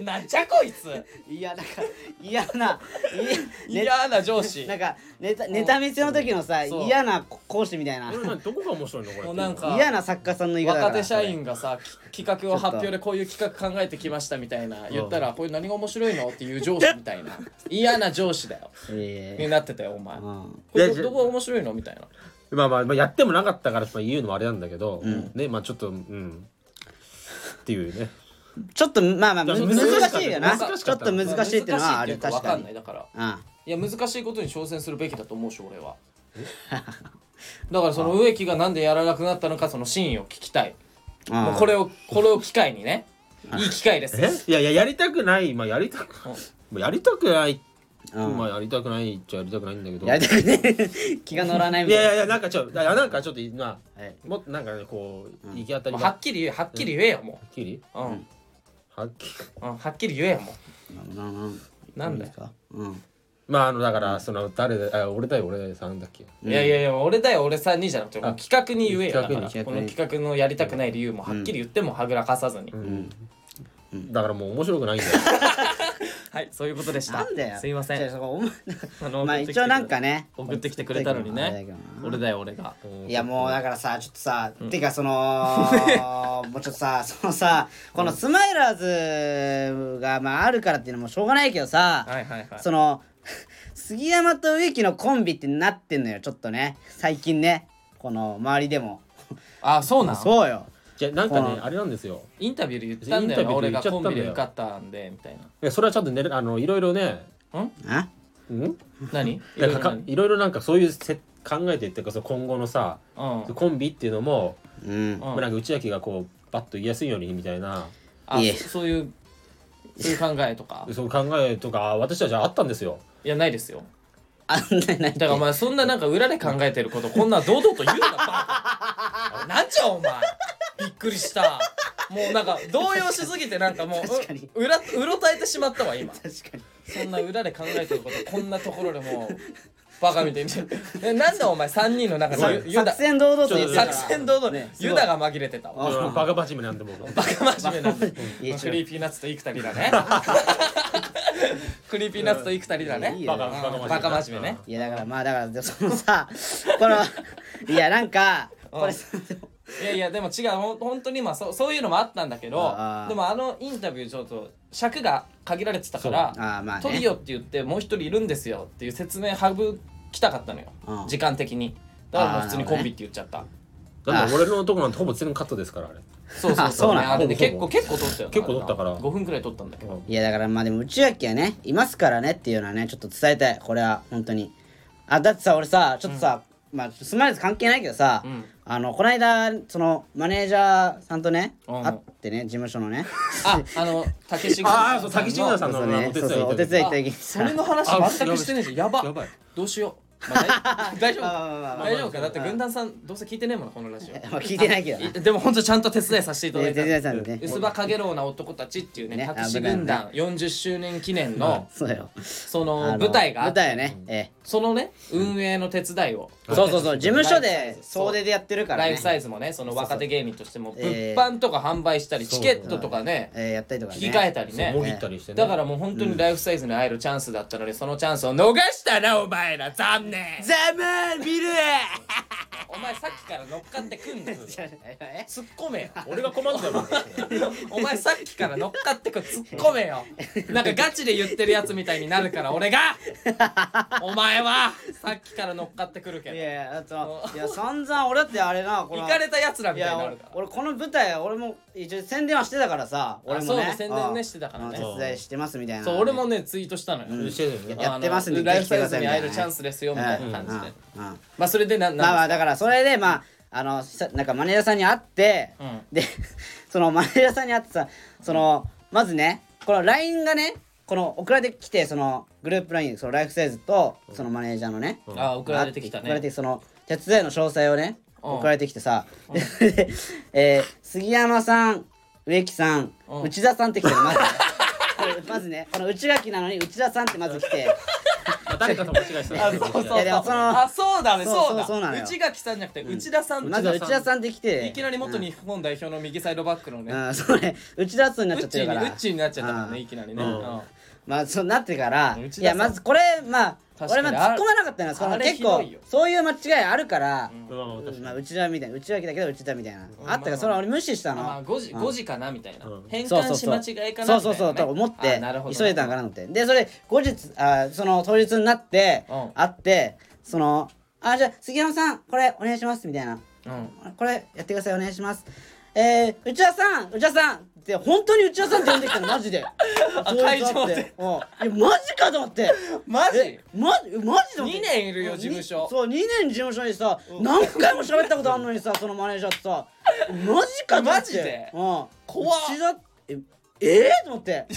Speaker 2: なんじゃこいつ
Speaker 1: いやなんか 嫌な嫌ね
Speaker 2: 嫌な上司
Speaker 1: なんかネタネタ見せの時のさ
Speaker 2: そう
Speaker 1: 嫌な講師みたいな
Speaker 3: これ何どこが面白いのこれって
Speaker 2: もうなんか
Speaker 1: 嫌な作家さんの言い方だから
Speaker 2: 若手社員がさき企画を発表でこういう企画考えてきましたみたいな言ったらこれ何が面白いのっていう上司みたい な嫌な上司だよ
Speaker 1: それえ
Speaker 2: に
Speaker 1: え
Speaker 2: なってたよお前こ
Speaker 1: うん
Speaker 2: れ
Speaker 3: で
Speaker 2: どどこが面白いのみたいな
Speaker 3: まあまあまあやってもなかったからまあ言うのもあれなんだけどねまあちょっとうんっていうね
Speaker 1: ちょっとまあまあむ難しいよな
Speaker 3: 難しかった
Speaker 1: ちょっと難しいっていうのはある
Speaker 2: 難しい
Speaker 1: 確か
Speaker 2: っていうか分かんない
Speaker 1: に
Speaker 2: だから
Speaker 1: あ
Speaker 2: いや難しいことに挑戦するべきだと思うし俺は だからその植木がなんでやらなくなったのかその真意を聞きたい
Speaker 1: あ
Speaker 2: もうこれをこれを機会にねいい機会です
Speaker 3: えいやいややりたくないまあやりたく
Speaker 2: うん
Speaker 3: まあやりたくない
Speaker 1: うん
Speaker 3: まあやりたくないっちゃやりたくないんだけど
Speaker 1: やりたくね気が乗らない
Speaker 3: い
Speaker 1: みたい
Speaker 3: や
Speaker 1: ない
Speaker 3: やいやなんかちょっとなんかちょっと今
Speaker 1: はい
Speaker 3: もっとなんかねこう行き当たり
Speaker 2: もう
Speaker 3: ば
Speaker 2: は
Speaker 3: っ
Speaker 2: っきり言えはっきり言えよも
Speaker 3: きり
Speaker 2: う、うん
Speaker 3: はっきり
Speaker 2: うんはっきり言えよも
Speaker 1: なな
Speaker 2: うなんだよ
Speaker 1: かうん
Speaker 3: まああのだからその誰だあ俺だよ俺さんだっけ
Speaker 2: いやいやいや俺だよ俺さんにじゃなくてもう企画に言えよだ
Speaker 3: 企画
Speaker 2: か
Speaker 3: に
Speaker 1: 企画
Speaker 2: らこの
Speaker 1: に
Speaker 2: 企画のやりたくない理由もはっきり言ってもはぐらかさずに、
Speaker 3: うんだからもう面白くないんだよ
Speaker 2: はいそういうことでした
Speaker 1: なんだよ
Speaker 2: すいませ
Speaker 1: じゃあ
Speaker 2: ん
Speaker 1: そこお前
Speaker 2: あの
Speaker 1: まあ
Speaker 2: 送ってきて
Speaker 1: 一応なんかね
Speaker 2: 送ってきてくれたのに
Speaker 1: あれだけ
Speaker 2: ね
Speaker 1: どな
Speaker 2: 俺だよ俺が
Speaker 1: いやもうだからさちょっとさ、てかそ のもうちょっとさそのさこのスマイラーズがまああるからっていうのもしょうがないけどさ、
Speaker 2: はいはいはい
Speaker 1: その杉山と植木のコンビってなってんのよちょっとね最近ねこの周りでも
Speaker 2: あそうなん
Speaker 1: そうよ
Speaker 3: じゃなんかね
Speaker 1: うん
Speaker 3: あれなんですよ
Speaker 2: インタビューで言ったんだよな
Speaker 3: インタビ
Speaker 2: 俺
Speaker 3: ューで言
Speaker 2: が
Speaker 3: っちゃ
Speaker 2: コ
Speaker 3: った
Speaker 2: ン
Speaker 3: んだよ
Speaker 2: ビで受かったんでみたいない
Speaker 3: やそれはちゃんとねあのいろいろね
Speaker 2: ん
Speaker 1: あ
Speaker 3: ん
Speaker 2: 何い
Speaker 3: いや
Speaker 2: ろいろ
Speaker 3: か
Speaker 2: 何
Speaker 3: いろいろなんかそういうせ考えてっていうかその今後のさ
Speaker 2: うんうん
Speaker 3: コンビっていうのも、
Speaker 1: うん
Speaker 3: まあなんか内明がこうバッと言いやすいようにみたいな
Speaker 2: あ
Speaker 1: いえ
Speaker 2: そそういうそういう考えとか
Speaker 3: そういう考えとか私たちはあったんですよ
Speaker 2: いやないですよ
Speaker 1: あんなない
Speaker 2: だからお前そんななんか裏で考えてることこんな堂々と言うなバカなんじゃお前びっくりしたもうなんか動揺しすぎてなんかも う
Speaker 1: 確かに
Speaker 2: う裏うろたえてしまったわ今
Speaker 1: 確かに
Speaker 2: そんな裏で考えてることこんなところでもうバカみたいにえなんだお前3人の中
Speaker 3: そう
Speaker 2: でユユダ
Speaker 1: 作戦堂々と言ってたから
Speaker 2: 作戦堂々
Speaker 1: ねすごい
Speaker 2: ユダが紛れてたわ
Speaker 1: あ
Speaker 3: バカ真面目なんで僕
Speaker 2: バカ真面目なんで
Speaker 1: いや
Speaker 2: ク
Speaker 1: 違
Speaker 2: リ
Speaker 1: う
Speaker 2: ーピーナッツと幾田り だねクリーピーナッツと幾田りだ
Speaker 1: いい
Speaker 2: ね
Speaker 1: よ
Speaker 3: バカ
Speaker 2: うん
Speaker 3: バカ真面目
Speaker 2: バカ真面目ね
Speaker 1: いやだからまあだからでそのさこのいやなんかこれさでも
Speaker 2: いやいやでも違うほん本当にまあそうそういうのもあったんだけど
Speaker 1: あー
Speaker 2: でもあのインタビューちょっと尺が限られてたから
Speaker 1: ああまあね
Speaker 2: トリオって言ってもう一人いるんですよっていう説明省きたかったのよ、
Speaker 1: うん
Speaker 2: 時間的にだからもう
Speaker 1: あー
Speaker 2: 普通にコンビって言っちゃった、
Speaker 3: だって俺のとこなんてほぼ全カットですからあれ
Speaker 2: そうそう
Speaker 1: あ
Speaker 2: そ
Speaker 1: そううな
Speaker 2: ね
Speaker 1: んだ
Speaker 2: あれで結構
Speaker 3: ほぼ
Speaker 2: 結構撮ったよな
Speaker 3: 結構撮ったから
Speaker 2: 5分くらい撮ったんだけど、
Speaker 3: うん
Speaker 1: いやだからまあでも内垣はねいますからねっていうのはねちょっと伝えたいこれは本当にあだってさ俺さちょっとさ、まあスマイルズ関係ないけどさ、
Speaker 2: うん
Speaker 1: あのこの間そのマネージャーさんとね、
Speaker 2: うん
Speaker 1: 会ってね事務所のね
Speaker 2: ああの竹志
Speaker 3: ああそう竹志村さんの
Speaker 1: そう
Speaker 3: お
Speaker 1: ね
Speaker 3: 手
Speaker 1: そう
Speaker 3: 伝い
Speaker 1: そうお手伝い行った時に
Speaker 2: それ
Speaker 1: さ
Speaker 2: の
Speaker 3: あ
Speaker 2: 話全くしてないじゃんやば
Speaker 3: やばい
Speaker 2: どうしよう、まあ、大大丈 夫
Speaker 1: まあまあまあまあ
Speaker 2: 大丈夫かだって軍団さんどうせ聞いてねえもんなこのラ ジオ
Speaker 1: 聞いてないけどな
Speaker 2: でも本当ちゃんと手伝いさせていただ
Speaker 1: 手
Speaker 2: いた
Speaker 1: 伝いさんでね
Speaker 2: 薄葉かげろうな男たちっていうね
Speaker 1: ね
Speaker 2: タクシー軍団40周年記念の
Speaker 1: そうよ
Speaker 2: そ
Speaker 1: あ
Speaker 2: の
Speaker 1: の
Speaker 2: 舞台があっ
Speaker 1: 舞
Speaker 2: て
Speaker 1: 台よね、え
Speaker 2: そのね運営の手伝いを
Speaker 1: え、そうそうそう事務所
Speaker 2: ライ
Speaker 1: で
Speaker 2: ブサイズ
Speaker 1: 総出でやってるから
Speaker 2: ラ
Speaker 1: ね
Speaker 2: イフサイズもねその若手芸人としても
Speaker 1: そう
Speaker 2: 物
Speaker 1: そうえー
Speaker 2: 販とか販売したり
Speaker 3: そ
Speaker 2: チ
Speaker 3: う
Speaker 2: ケットとかね
Speaker 1: ええやったりとかね
Speaker 2: 引き換えたりね
Speaker 3: もぎったりしてね
Speaker 2: だからもう本当にライフサイズに会えるチャンスだったのでそのチャンスを逃したなお前ら残念
Speaker 1: ザマー ビル
Speaker 2: お前さっきから乗っかってく んねん突
Speaker 1: え
Speaker 2: っ込めよ
Speaker 3: 俺が困るんだよもう
Speaker 2: お前さっきから乗っかってこい突っ込めよなんかガチで言ってるやつみたいになるから俺がお前はさっきから乗っかってくる け
Speaker 1: い
Speaker 2: ど
Speaker 1: やいやだってさいや散々俺だってあれなこの
Speaker 2: 行かれたやつら
Speaker 1: い
Speaker 2: みたい
Speaker 1: や
Speaker 2: にな
Speaker 1: 俺
Speaker 2: るから
Speaker 1: 俺この舞台俺も一応宣伝はしてたからさ俺も
Speaker 2: そう
Speaker 1: ね
Speaker 2: ね宣伝ね
Speaker 1: あ
Speaker 2: してたからね
Speaker 1: あの手伝いしてますみたいな
Speaker 2: そう俺もねツイートしたのよ、
Speaker 3: してるよね
Speaker 1: やってますんで
Speaker 2: あのライフサイズに会えるチャンスですよみたいな
Speaker 1: うん
Speaker 2: 感じで、
Speaker 1: うんうん
Speaker 2: まあそれでななん
Speaker 1: まあまあだからそれでまああのさなんかマネージャーさんに会って、
Speaker 2: うん
Speaker 1: で そのマネージャーさんに会ってさそのまずねこの LINE がねこの送られてきてそのグループ LINE そのライフサイズとそのマネージャーのね、
Speaker 3: うん
Speaker 2: あ送られてきた
Speaker 1: 送られて
Speaker 2: ね
Speaker 1: きてその手伝いの詳細をね
Speaker 2: うん
Speaker 1: 送られてきてさ、で えー杉山さん植木さん、
Speaker 2: うん
Speaker 1: 内田さんって来てるまずねまずねこの 内垣なのに内田さんってまず来て
Speaker 3: 誰かと間違えてた
Speaker 2: あ そうそう
Speaker 1: い
Speaker 2: そう
Speaker 1: やでもその
Speaker 2: あそうだね
Speaker 1: そう
Speaker 2: そうだ
Speaker 1: そうそうなのよ
Speaker 2: 内垣さんじゃなくて 内田さん、
Speaker 1: まず内田さんって来て
Speaker 2: いきなり元日本代表の右サイドバックのね、
Speaker 1: うん、それ内田さんになっ
Speaker 2: う
Speaker 1: ちゃ
Speaker 2: っ
Speaker 1: っ
Speaker 2: ち
Speaker 1: て
Speaker 2: ー
Speaker 1: るか
Speaker 2: に
Speaker 1: ら
Speaker 2: うっちーになっちゃったからね
Speaker 1: うん
Speaker 2: いきなりね、
Speaker 3: うん
Speaker 2: うん
Speaker 1: まあそうなってから
Speaker 2: 内田さん
Speaker 1: いやまずこれまあ
Speaker 2: 確か
Speaker 1: 俺
Speaker 2: に
Speaker 1: まず
Speaker 2: あ
Speaker 1: 突っ込まなかったなそ
Speaker 2: あ
Speaker 1: の
Speaker 2: れ
Speaker 1: 結
Speaker 2: ひど
Speaker 1: 構
Speaker 2: いよ
Speaker 1: そういう間違いあるから、
Speaker 3: うん確
Speaker 1: ま
Speaker 3: か
Speaker 1: あ
Speaker 3: に
Speaker 1: 内田みたいな内田だけど内田みたいな、
Speaker 2: うん
Speaker 1: あったからそれは俺無視したの、
Speaker 2: まあ5時 ,5 時かなみたいな、
Speaker 3: うん
Speaker 2: 変
Speaker 1: そうそ
Speaker 2: 換
Speaker 1: う
Speaker 2: し
Speaker 1: そう
Speaker 2: 間違いかなみたいなね、
Speaker 1: そうそうそうと思っ
Speaker 2: あ
Speaker 1: て
Speaker 2: なるほど
Speaker 1: 急いでたんかなと思ってでそれ後日あその当日になって、
Speaker 2: うん
Speaker 1: 会ってその「あじゃあ杉山さんこれお願いします」みたいな
Speaker 2: うん
Speaker 1: これやってくださいお願いしますえー、内田さん内田さんって本当に内田さんって呼んできたのマジでそういうのあってうんいやマ
Speaker 2: 会場で
Speaker 1: ジかと思って
Speaker 2: マジ
Speaker 1: えマジマジで思って
Speaker 2: 二年いるよ事務所
Speaker 1: にそう2年事務所にさ何回も喋ったことあんのにさそのマネージャーってさマジかと思って
Speaker 2: マジで
Speaker 1: うん
Speaker 2: 怖っ
Speaker 1: 内田ええーと思って
Speaker 2: やば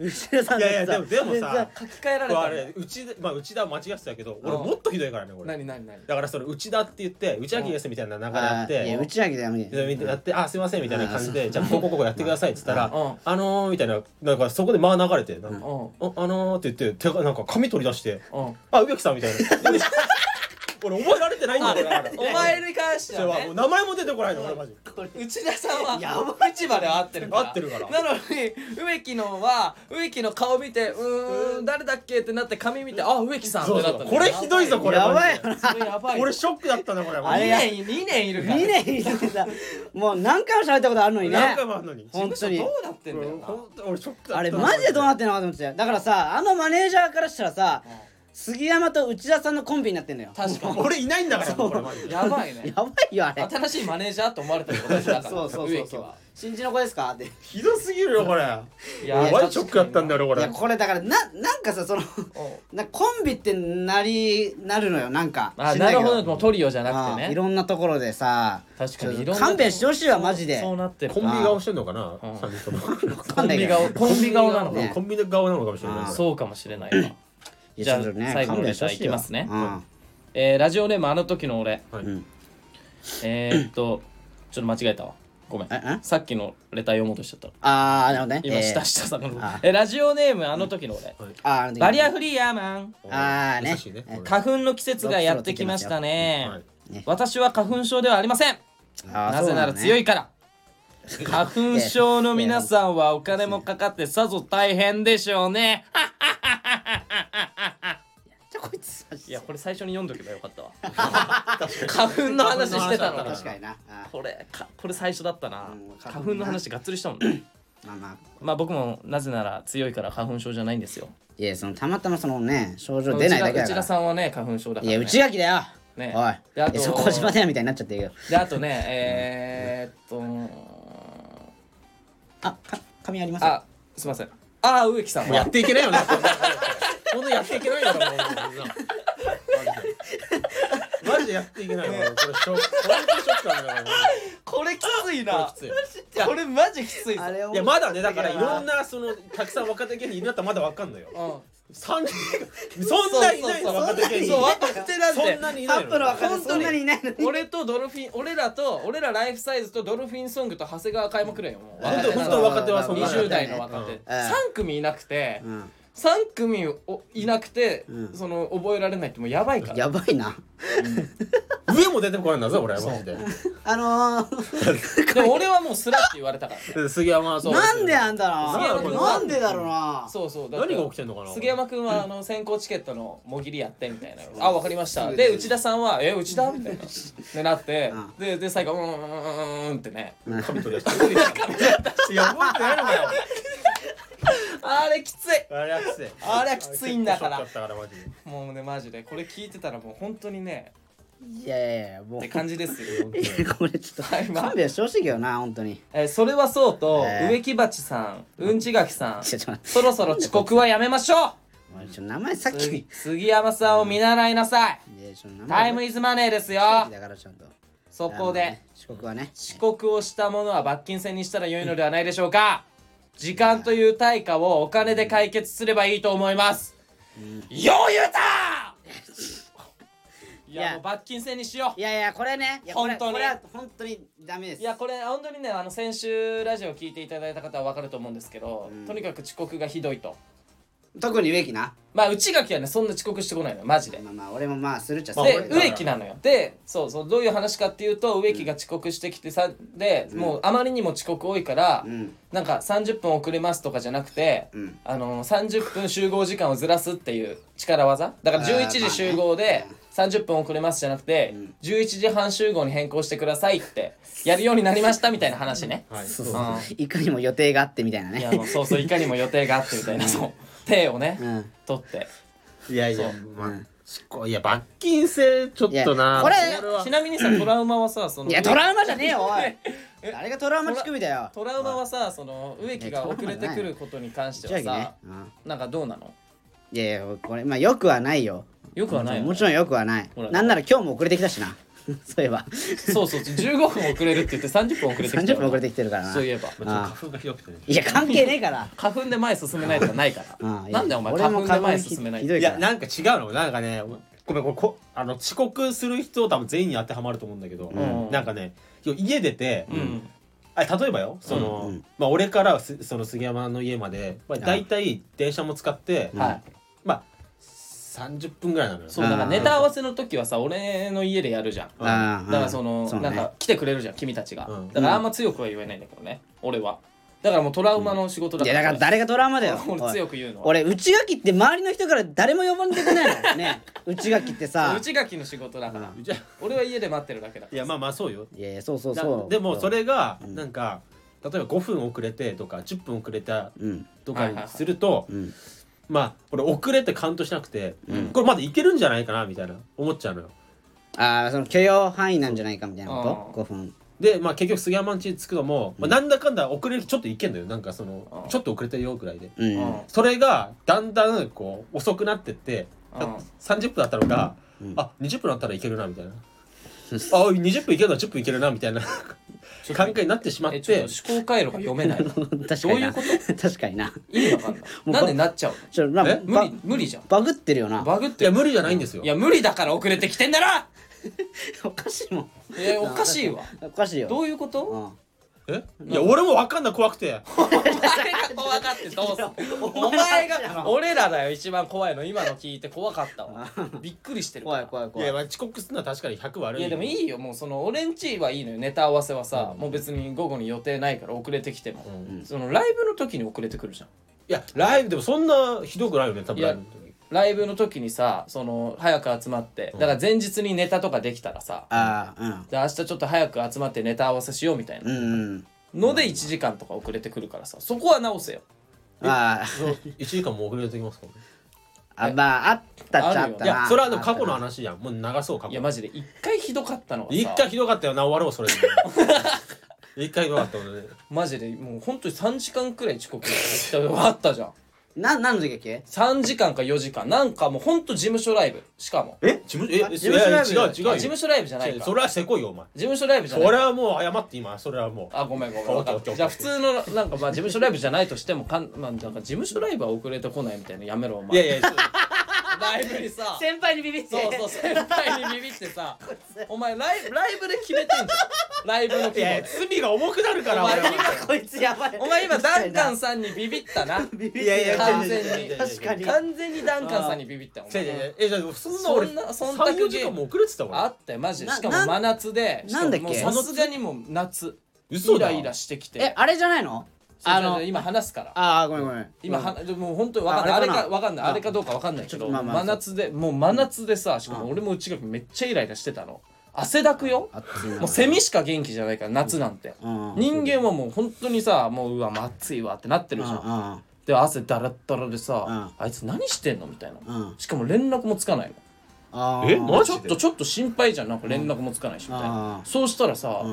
Speaker 1: 後ろさん
Speaker 3: いやいやでもでもさ
Speaker 2: 書き換えられ
Speaker 3: これ
Speaker 2: た
Speaker 3: あ
Speaker 2: んだ
Speaker 3: れ内田まあ内田は間違ってたけど俺
Speaker 2: うん
Speaker 3: もっとひどいからね俺
Speaker 2: 何何何
Speaker 3: だからその内田って言って内田ですみたいな流れあっ
Speaker 1: あーいや
Speaker 3: て
Speaker 1: 打ち上げだよ無理
Speaker 3: で見てやって「あすいません」みたいな感じで「じゃあこうこうこうやってください」っつったら
Speaker 2: うんうん
Speaker 3: 「あのー」みたいななんかそこで間流れてなんか
Speaker 2: うん
Speaker 3: おあのー」って言って手がなんか紙取り出して
Speaker 2: うん
Speaker 3: 「あ植木さん」みたいな 俺覚えられてないんだよ俺
Speaker 2: お前に関して
Speaker 3: それ
Speaker 2: は
Speaker 3: は
Speaker 2: ね
Speaker 3: もう名前も出てこないの俺マジ
Speaker 2: 内田さんは
Speaker 1: や
Speaker 2: 立場では合ってるから
Speaker 3: 合ってるから
Speaker 2: なのに植木のは植木の顔見てうーん誰だっけってなって髪見てあ植木さんって
Speaker 3: そう
Speaker 2: な
Speaker 3: そ
Speaker 2: った
Speaker 3: うこれひどいぞこれ
Speaker 1: やばい
Speaker 3: マジで
Speaker 2: それやばい
Speaker 3: 俺ショックだったなこれ
Speaker 1: あれや
Speaker 2: 2年2年いるから
Speaker 1: 2年いてさもう何回も喋ったことあるのにね
Speaker 3: 何回もあんのに
Speaker 1: 本当に
Speaker 2: どうなってんだよな
Speaker 3: 本当俺ショックだった
Speaker 1: あれマジでどうなってんのかと思ってたよだからさあのマネージャーからしたらさ杉山と内田さんのコンビになってんだよ
Speaker 2: 確か
Speaker 3: 俺いないんだからもうこれマジ
Speaker 2: に
Speaker 3: で
Speaker 2: やばい
Speaker 1: や
Speaker 2: ね
Speaker 1: ばいよあれ
Speaker 2: 新しいマネージャーと思われてることだ から
Speaker 1: そうそうそ
Speaker 2: 植
Speaker 1: う
Speaker 2: 木
Speaker 1: そう
Speaker 2: は
Speaker 1: 新人の子ですかってい
Speaker 3: ひどすぎるよこれ
Speaker 2: い
Speaker 3: やばいショックだったんだよ俺
Speaker 1: やこれだからななんかさその なコンビってなりなるのよなんか
Speaker 2: あ
Speaker 1: 知んな
Speaker 2: ない
Speaker 1: け
Speaker 2: るほどもうトリオじゃなく
Speaker 1: あ
Speaker 2: て
Speaker 1: ーい
Speaker 2: ね
Speaker 1: ろんなところでさ
Speaker 2: 確かに
Speaker 1: ちょっと
Speaker 2: いろんな
Speaker 1: 勘弁してほしいわマジで
Speaker 2: そうなってる
Speaker 3: コンビ顔してんのかな
Speaker 2: うん
Speaker 3: 三人とも
Speaker 2: コンビ顔コンビ顔なの
Speaker 1: ね
Speaker 2: か
Speaker 3: コンビの顔なのかもしれない
Speaker 1: あー
Speaker 2: そうかもしれないわ
Speaker 1: いや
Speaker 2: じゃあ
Speaker 1: ちょっとね
Speaker 2: 最後の
Speaker 1: 勘弁してほし
Speaker 2: レターいきますね
Speaker 1: いわ
Speaker 2: えーラジオネームあの時の俺
Speaker 3: はい
Speaker 1: うん
Speaker 2: えー、っとちょっと間違えたわごめん
Speaker 1: ええ
Speaker 2: さっきのレター読もうとしちゃった
Speaker 1: ああなるほどね
Speaker 2: 今
Speaker 1: えー
Speaker 2: 下下さんの
Speaker 1: あ
Speaker 2: えーラジオネームあの時の俺
Speaker 1: あーあの時
Speaker 2: バリアフリーヤーマン
Speaker 1: あーね
Speaker 3: 優しいね
Speaker 1: え
Speaker 3: これ
Speaker 2: 花粉の季節がやってきましたね
Speaker 3: はい
Speaker 1: ね
Speaker 2: 私は花粉症ではありません
Speaker 1: あー
Speaker 2: なぜなら強 いから花粉症の皆さんはお金もかかってさぞ大変でしょうね
Speaker 1: そうだねじゃあこいつマジ
Speaker 2: い
Speaker 1: で
Speaker 2: やこれ最初に読んどけばよかったわ花粉の話してたの
Speaker 3: 花粉の話だったな
Speaker 1: 確かになあ
Speaker 2: これかこれ最初だったな
Speaker 1: うん花粉
Speaker 2: 花粉の話がっつりしたも んね
Speaker 1: ーまあまあ
Speaker 2: まあ僕もなぜなら強いから花粉症じゃないんですよ
Speaker 1: いやそのたまたまそのね症状出ないだけだか
Speaker 2: 内田
Speaker 1: ら
Speaker 2: さんはね花粉症だから、
Speaker 1: い
Speaker 2: ね、
Speaker 1: や内垣だよおい
Speaker 2: ね
Speaker 1: い
Speaker 2: であと
Speaker 1: やそこ小島だよみたいになっちゃってるよ
Speaker 2: であとねえー、っと
Speaker 1: あか紙あります
Speaker 2: あすいませんああ植木さん
Speaker 3: もうや
Speaker 2: は
Speaker 3: っていけないよねこんなやっていけないよなもうなマジでやっていけないよこれショック本当にショックなんだよ
Speaker 2: これきつい
Speaker 3: これきつい
Speaker 2: これマジきついぞ
Speaker 1: れ
Speaker 3: いやまだねだからいろんなそのたくさん若手芸人いるんだったらまだわかんないよ
Speaker 2: う
Speaker 3: 三人そんないないぞ若手芸
Speaker 2: ん
Speaker 3: 人
Speaker 2: そう分かってなん
Speaker 3: そ
Speaker 2: て
Speaker 3: んなにい
Speaker 1: カ
Speaker 3: ない
Speaker 1: ップの若手
Speaker 2: 本当に
Speaker 1: そんなにいないのに
Speaker 2: 俺とドルフィン俺らと俺らライフサイズとドルフィンソングと長谷川開幕くらいよもう
Speaker 3: 本
Speaker 1: 本当
Speaker 3: 当本当の若手はそんな
Speaker 2: 20代の若手、
Speaker 3: うん
Speaker 2: 3組いなくて、
Speaker 1: うん
Speaker 2: 三3組おいなくて、
Speaker 1: うん
Speaker 2: その覚えられないってもうやばいから
Speaker 1: やばいな
Speaker 3: 上も出てこないんだぞ俺はマジで
Speaker 1: あのー
Speaker 2: でも俺はもうスラって言われたからね
Speaker 3: で杉山はそう
Speaker 1: なんでなんだ
Speaker 2: 杉
Speaker 1: ろ
Speaker 2: 山
Speaker 1: う
Speaker 2: 君
Speaker 1: な
Speaker 2: は
Speaker 1: なんでだろうな
Speaker 2: そうそうだって
Speaker 3: 何が起きてんのかな
Speaker 2: 杉山君はあの先行チケットのもぎりやってみたいな「
Speaker 1: ん
Speaker 2: あわかりました」
Speaker 1: うん
Speaker 2: で内田さんは「え内田?」みた いなでなって
Speaker 1: うん
Speaker 2: でで最後「うーんうーんうーん」ってね
Speaker 3: 紙取り出していや覚えてないのかよ
Speaker 2: あれきつい
Speaker 3: あれはきつい
Speaker 2: あれはきついんだから
Speaker 3: 結構ショックだったからマジで
Speaker 2: もうねマジでこれ聞いてたらもう本当に ね
Speaker 1: いやいやいやも
Speaker 2: っ
Speaker 1: う
Speaker 2: て感じですよ、
Speaker 3: 本当に
Speaker 1: これちょっ
Speaker 2: はい
Speaker 1: と
Speaker 2: まあ
Speaker 1: 勘弁してほしいけどな本当に
Speaker 2: えーそれはそうと、
Speaker 1: えー
Speaker 2: 植木鉢さんうんちがきさ ん
Speaker 1: ちょちょ
Speaker 2: そろそろ遅刻はやめましょ
Speaker 1: お前ちょっと名前さっ
Speaker 2: う
Speaker 1: き
Speaker 2: 杉
Speaker 1: い
Speaker 2: 杉山さんを見習いなさい
Speaker 1: やちょっと名前
Speaker 2: タイムイズマネーですよ
Speaker 1: さっきだからちゃんと
Speaker 2: そこ
Speaker 1: あの
Speaker 2: で
Speaker 1: ね遅刻はね
Speaker 2: 遅刻をした者は罰金制にしたら良いのではないでしょうか時間という対価をお金で解決すればいいと思います、よう言うたいや
Speaker 1: いや
Speaker 2: もう罰金制にしよう
Speaker 1: いやいやこれねいやこれ
Speaker 2: 本当に
Speaker 1: これは本当にダメです
Speaker 2: いやこれ本当にねあの先週ラジオを聞いていただいた方は分かると思うんですけど、
Speaker 1: うん
Speaker 2: とにかく遅刻がひどいと
Speaker 1: 特に植木な
Speaker 2: まあ内垣はねそんな遅刻してこないのよマジで。
Speaker 1: まあまあ俺もまあするっちゃす
Speaker 3: まあ
Speaker 2: で
Speaker 1: る
Speaker 3: 俺
Speaker 2: 植木なのよでそうそうどういう話かっていうと植木が遅刻してきてさで、もうあまりにも遅刻多いから、
Speaker 1: うん
Speaker 2: なんか30分遅れますとかじゃなくて、
Speaker 1: うん
Speaker 2: あの30分集合時間をずらすっていう力技だから
Speaker 1: あー
Speaker 2: 11時集合で30分遅れますじゃなくて、
Speaker 1: うん
Speaker 2: 11時半集合に変更してくださいってやるようになりましたみたいな話 ね。
Speaker 3: はい
Speaker 1: そう
Speaker 2: う
Speaker 1: そうんいかにも予定があってみたいないね
Speaker 2: やもうそうそういかにも予定があってみたいなそう手をね、
Speaker 1: うん
Speaker 2: 取って
Speaker 3: いやいや
Speaker 2: そう
Speaker 3: まあ執行いや罰金制ちょっ
Speaker 1: い
Speaker 3: と
Speaker 1: や
Speaker 3: な
Speaker 1: これ
Speaker 2: ちなみにさトラウマはさその
Speaker 1: いやトラウマじゃねえよお いあれがトラウマ乳首だよ
Speaker 2: トラウマはさその植木が
Speaker 1: いやトラウマ
Speaker 2: 遅れてくることに関しては
Speaker 1: 内垣ね
Speaker 2: さ
Speaker 1: うん
Speaker 2: なんかどうなの
Speaker 1: いやいやこれまあよくはないよ
Speaker 2: よくはないよね
Speaker 1: もちろんよくはない
Speaker 2: ほら
Speaker 1: なんなら今日も遅れてきたしな そういえば
Speaker 2: そうそう15分遅れるって言って30分遅れてきた
Speaker 1: 30分遅れてきてるからな
Speaker 2: そういえば
Speaker 3: まあちょっと花粉がひどくてね
Speaker 1: いや関係ねえから
Speaker 2: 花粉で前進めないとかないか
Speaker 1: ああ
Speaker 2: ら
Speaker 1: いや
Speaker 2: なんでお前
Speaker 1: 俺
Speaker 2: 花
Speaker 1: も
Speaker 2: 粉で前進めない
Speaker 1: ひどい
Speaker 3: い
Speaker 1: から
Speaker 3: やなんか違うのなんかねごめんこれこあの遅刻する人多分全員に当てはまると思うんだけど、
Speaker 2: ん
Speaker 3: なんかね家出て、
Speaker 2: うん
Speaker 3: あ例えばよその、
Speaker 1: うん
Speaker 3: まあ、俺からすその杉山の家まで、まあ、大体電車も使って、
Speaker 1: うん
Speaker 2: はい
Speaker 3: まあ30分ぐらいなのよ
Speaker 2: そうだからネタ合わせの時はさ俺の家でやるじゃん
Speaker 3: うん
Speaker 1: ああ
Speaker 2: だからその
Speaker 1: そうね
Speaker 2: なんか来てくれるじゃん君たちが
Speaker 3: うん
Speaker 2: だからあんま強くは言えないんだけどね俺はだからもうトラウマの仕事だ
Speaker 1: いやだから誰がトラウマだよお
Speaker 2: 俺
Speaker 1: い
Speaker 2: 強く言うのは
Speaker 1: 俺内垣って周りの人から誰も呼ばれてくれないのね内垣ってさ
Speaker 2: 内垣の仕事だから
Speaker 3: じゃ
Speaker 2: 俺は家で待ってるだけだか
Speaker 3: い
Speaker 2: ら
Speaker 3: やまあまあそうよ
Speaker 1: いやいやそうそう
Speaker 3: だ
Speaker 1: そう
Speaker 3: でもそれが
Speaker 1: うん
Speaker 3: なんか、例えば5分遅れてとか10分遅れた
Speaker 1: うん
Speaker 3: と
Speaker 2: は
Speaker 3: か
Speaker 2: いはいは
Speaker 3: に
Speaker 2: い
Speaker 3: すると、
Speaker 1: うん
Speaker 3: まあこれ遅れてカウントしなくて、
Speaker 1: うん
Speaker 3: これまだいけるんじゃないかなみたいな思っちゃうのよ
Speaker 1: ああその許容範囲なんじゃないかみたいなこ
Speaker 2: あー
Speaker 1: と5分
Speaker 3: でまあ結局杉山ん家に着くのも、まあ、なんだかんだ遅れるちょっといけんのよなんかその
Speaker 2: うん
Speaker 3: ちょっと遅れたよぐらいで
Speaker 1: う
Speaker 2: うん
Speaker 1: ん
Speaker 3: それがだんだんこう遅くなってって、さ
Speaker 2: うん
Speaker 3: 30分だったのが、
Speaker 1: うん
Speaker 3: あ20分だったらいけるなみ たいな、あ20分いけるな10分いけるなみたいな
Speaker 2: ちょっと
Speaker 3: 感覚になってしまっ
Speaker 2: えちょ
Speaker 3: て
Speaker 2: っと思考回路が読めない な
Speaker 1: 確
Speaker 2: どう
Speaker 1: かに
Speaker 2: い
Speaker 1: な
Speaker 2: うこと
Speaker 1: 確かにな
Speaker 2: 意味わかんないなんでなっちゃう
Speaker 1: ちょまあ
Speaker 3: え
Speaker 2: の無
Speaker 1: バ
Speaker 2: 理無理じゃん
Speaker 1: バグってるよな
Speaker 2: バグっ
Speaker 3: い
Speaker 2: て
Speaker 3: や
Speaker 2: る
Speaker 3: 無理じゃないんですよ
Speaker 2: いや無理だから遅れてきてんだろ
Speaker 1: おかしいもん
Speaker 2: いやおかしいわ
Speaker 1: おかしいよ
Speaker 2: どういうこと
Speaker 1: うん
Speaker 3: えいや俺もわかんない怖く
Speaker 2: 誰
Speaker 3: て
Speaker 2: が怖がってどうすんのお前が俺らだよ一番怖いの今の聞いて怖かったわびっくりしてるから
Speaker 1: 怖い怖い
Speaker 3: い
Speaker 1: 怖い
Speaker 3: やまあ遅刻するのは確かに100悪い
Speaker 2: いやでもいいよもうその俺んちはいいのよネタ合わせはさ、もう別に午後に予定ないから遅れてきても、
Speaker 3: うん
Speaker 2: そのライブの時に遅れてくるじゃん
Speaker 3: いやライブでもそんなひどくないよね多分
Speaker 2: いや
Speaker 3: ライブの時
Speaker 2: ライブの時にさその早く集まってだから前日にネタとかできたらさ、
Speaker 1: ああ
Speaker 2: で明日ちょっと早く集まってネタ合わせしようみたい
Speaker 1: うん
Speaker 2: な
Speaker 1: うん
Speaker 2: ので1時間とか遅れてくるからさそこは直せよ
Speaker 1: まあ
Speaker 3: そう1時間も遅れてきま すからね
Speaker 1: あまああったっちゃあ
Speaker 2: ある
Speaker 1: っ
Speaker 2: よ
Speaker 1: た
Speaker 3: い
Speaker 1: な
Speaker 3: やそれはあの過去の
Speaker 1: あったな
Speaker 3: 話やんもう流そう過
Speaker 2: い
Speaker 3: 去
Speaker 2: やマジで1回ひどかったのはさ
Speaker 3: 一回ひどかったよな終わろ うそれで一回ひどかった俺ね
Speaker 2: マジでもう本当に3時間くらい遅刻したことがあったじゃん
Speaker 1: な何の時だっけ
Speaker 2: 3時間か4時間なんかもう本当事務所ライブしかも
Speaker 3: え事務所え
Speaker 1: あ
Speaker 3: え
Speaker 1: 事務所
Speaker 3: いや
Speaker 1: ライブ
Speaker 3: 違う違うよ
Speaker 2: あ事務所ライブじゃない
Speaker 3: 違う
Speaker 2: か
Speaker 3: それはせこいよお前
Speaker 2: 事務所ライブじゃない
Speaker 3: 俺はもう謝って今それはもう
Speaker 2: あごめんごめん分か
Speaker 3: オッケーオッ
Speaker 2: っ
Speaker 3: ケーオ
Speaker 2: た
Speaker 3: ッケー
Speaker 2: じゃあ普通のなんかまあ事務所ライブじゃないとしてもかん、まあ、なんか事務所ライブは遅れてこないみたいなのやめろお
Speaker 3: い
Speaker 2: 前
Speaker 3: やいやそう
Speaker 2: ライブにさ
Speaker 1: 先輩にビビって
Speaker 2: そうそう先輩にビビってさお前ライブライブで決めてんじゃんライブの規
Speaker 3: い
Speaker 2: 模
Speaker 3: や
Speaker 2: で
Speaker 3: 罪が重くなるから
Speaker 2: お前
Speaker 3: 俺は
Speaker 1: 今こいつやばい
Speaker 2: お前今ダンカン
Speaker 1: さ
Speaker 2: さんにビビったな
Speaker 1: ビビって
Speaker 3: いやいや
Speaker 2: 完全に
Speaker 3: 違う違う違う違う
Speaker 1: 確かに
Speaker 2: 完全にダンカンさんにビビったよお
Speaker 3: 違
Speaker 2: 前
Speaker 3: う違う違うえじゃあそんな
Speaker 2: そ
Speaker 3: 俺
Speaker 2: んなそんな
Speaker 3: 三四時間も遅れてた
Speaker 2: あ
Speaker 3: わ
Speaker 2: ったよマジで
Speaker 1: な
Speaker 2: しかも
Speaker 1: なん
Speaker 2: 真夏でしかも
Speaker 1: なんだっけ
Speaker 2: もうさすがにもう夏
Speaker 3: 嘘
Speaker 2: イ
Speaker 3: だ
Speaker 2: ライラしてきて
Speaker 1: えあれじゃないの
Speaker 2: あ
Speaker 1: あ
Speaker 2: の
Speaker 1: の
Speaker 2: 今話すから
Speaker 1: ああごめんごめん
Speaker 2: 今
Speaker 1: うん
Speaker 2: はもう本当に分かんない
Speaker 1: あ
Speaker 2: あ
Speaker 1: あれ
Speaker 2: れ
Speaker 1: かな
Speaker 2: か分かんないあれかどうか分かんないけ
Speaker 1: ちょっ
Speaker 2: ど
Speaker 1: とまあまあ
Speaker 2: 真夏でもう真夏でさしかも俺も内垣めっちゃイライラしてたの汗だくよ
Speaker 1: 暑いな
Speaker 2: もうセミしか元気じゃないから夏なんて
Speaker 1: うん
Speaker 2: 人間はもう本当にさもううわもう暑いわってなってるじゃん
Speaker 1: う
Speaker 2: で汗だらだらで
Speaker 1: うん
Speaker 2: さあいつ何してんのみたい
Speaker 1: んうんう
Speaker 2: なんしかも連絡もつかないの
Speaker 1: あ
Speaker 3: えマジ
Speaker 2: ちょっとちょっと心配じゃんなんか連絡もつかないしみたい
Speaker 1: うん
Speaker 2: な
Speaker 1: うん
Speaker 2: そうしたらさ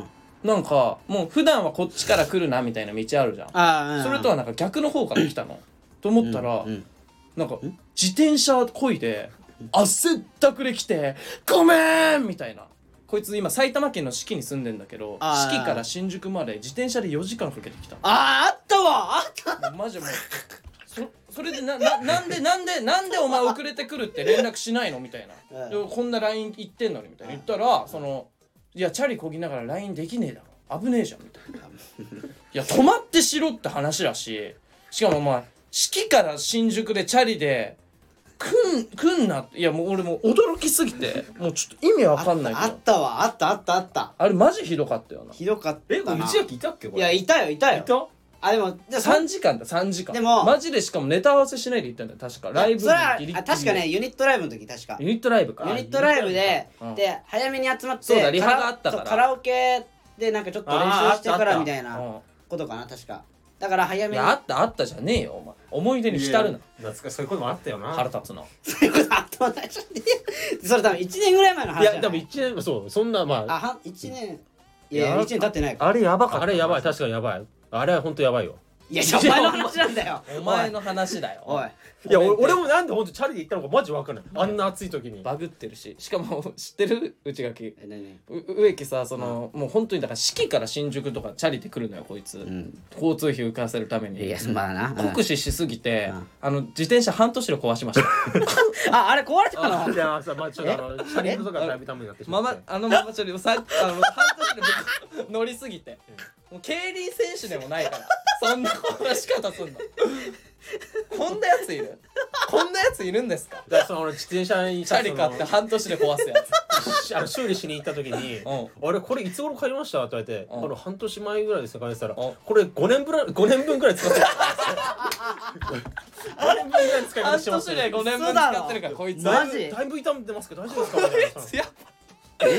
Speaker 2: なんかもう普段はこっちから来るなみたいな道あるじゃん
Speaker 1: ああ
Speaker 2: それとはなんか逆の方から来たのと思ったら、
Speaker 1: うんうん
Speaker 2: なんか自転車こいで汗だくで来て「ごめん!」みたいなこいつ今埼玉県の四季に住んでんだけど
Speaker 1: あー
Speaker 2: 四季から新宿まで自転車で4時間かけてきた
Speaker 1: あああったわあった
Speaker 2: もうマジでもうそ それでなななんでなんでなんでお前遅れてくるって連絡しないのみたいな、
Speaker 1: うん
Speaker 2: でこんな LINE 行ってんのにみたいな言ったら、その「いやチャリこぎながら LINE できねえだろ危ねえじゃん」みたいな「いや止まってしろ」って話だししかもお前四季から新宿でチャリで来ん来んなっていやもう俺もう驚きすぎてもうちょっと意味わかんないけ
Speaker 1: あ
Speaker 2: ど
Speaker 1: ったわあったあったあった
Speaker 2: あれマジひどかったよな
Speaker 1: ひどかった
Speaker 3: え
Speaker 1: な
Speaker 3: これ内垣いたっけこ
Speaker 1: い
Speaker 3: れ
Speaker 1: やいたよいたよ
Speaker 3: いた
Speaker 1: あでもでもそ
Speaker 2: 3時間だ3時間
Speaker 1: でも
Speaker 2: マジでしかもネタ合わせしないで行ったんだよ確かライブ
Speaker 1: それは
Speaker 2: ギリギリ
Speaker 1: あ確かねユニットライブの時確か
Speaker 2: ユニットライブか
Speaker 1: ユニットライブで、
Speaker 2: うん
Speaker 1: で早めに集まって
Speaker 2: そうだリハがあったから
Speaker 1: カラオそうカラオケでなんかちょっと練習してか
Speaker 3: あーあったあっ
Speaker 1: ら
Speaker 3: た
Speaker 1: みたいな
Speaker 2: う
Speaker 1: ことかな確かだから早
Speaker 2: ん、い
Speaker 1: めに
Speaker 2: やあったあったじゃねえよお前思い出に浸るな
Speaker 3: 懐かしいそういうこともあったよな
Speaker 2: 腹立つな
Speaker 1: そういうことあったわちょっと待ってそれ多分1年ぐらい前の話
Speaker 3: い
Speaker 1: だ
Speaker 3: や多分1年そうそんなまあ
Speaker 1: あは1年いや
Speaker 2: いや
Speaker 1: 1年経ってないか
Speaker 2: あれやば
Speaker 3: あれやばい確かにやばいあれは本当やばいよ
Speaker 1: いやいやお前の話なんだよ
Speaker 2: お前の話だよ
Speaker 1: おい
Speaker 3: いや俺俺もなんで本当チャリで行ったのかマジわかんないあんな暑い時に
Speaker 2: バグってるししかも知ってる内垣
Speaker 1: え何
Speaker 2: う植木さその、もう本当にだから四季から新宿とかチャリで来るのよこいつ、
Speaker 1: ん
Speaker 2: 交通費浮かせるために
Speaker 1: いやまあなうん
Speaker 2: 酷使しすぎて、
Speaker 1: うん
Speaker 2: あの自転車半年で壊しました
Speaker 1: ああれ壊れたの
Speaker 3: いやさまあちょっとあの車輪とかだいぶダメになってしま
Speaker 2: マ
Speaker 3: っ
Speaker 2: マ
Speaker 3: て
Speaker 2: あのママチャリをさあの半年で僕乗りすぎて、もう競輪選手でもないからそんな壊し方すんのこんなやついるこんなやついるんですか
Speaker 3: だからその俺自転車に
Speaker 2: チャリ買って半年で壊すやつ
Speaker 3: し あの修理しに行った時に
Speaker 2: うん
Speaker 3: 「あれこれいつ頃買いました?」って言われて「
Speaker 2: うん
Speaker 3: この半年前ぐらいですよ」返したら「
Speaker 2: うん
Speaker 3: これ5年ぶら5年分ぐらい 使ってる」5年分ぐらい使い
Speaker 2: 半
Speaker 3: 方してま
Speaker 2: 年
Speaker 3: す
Speaker 2: で5年分使ってるからこいつ
Speaker 1: 嘘だろ
Speaker 2: や
Speaker 1: マジ
Speaker 2: ば
Speaker 3: だいぶだいぶ傷んでますけど大丈夫です
Speaker 2: いこ
Speaker 3: か
Speaker 2: いつやばい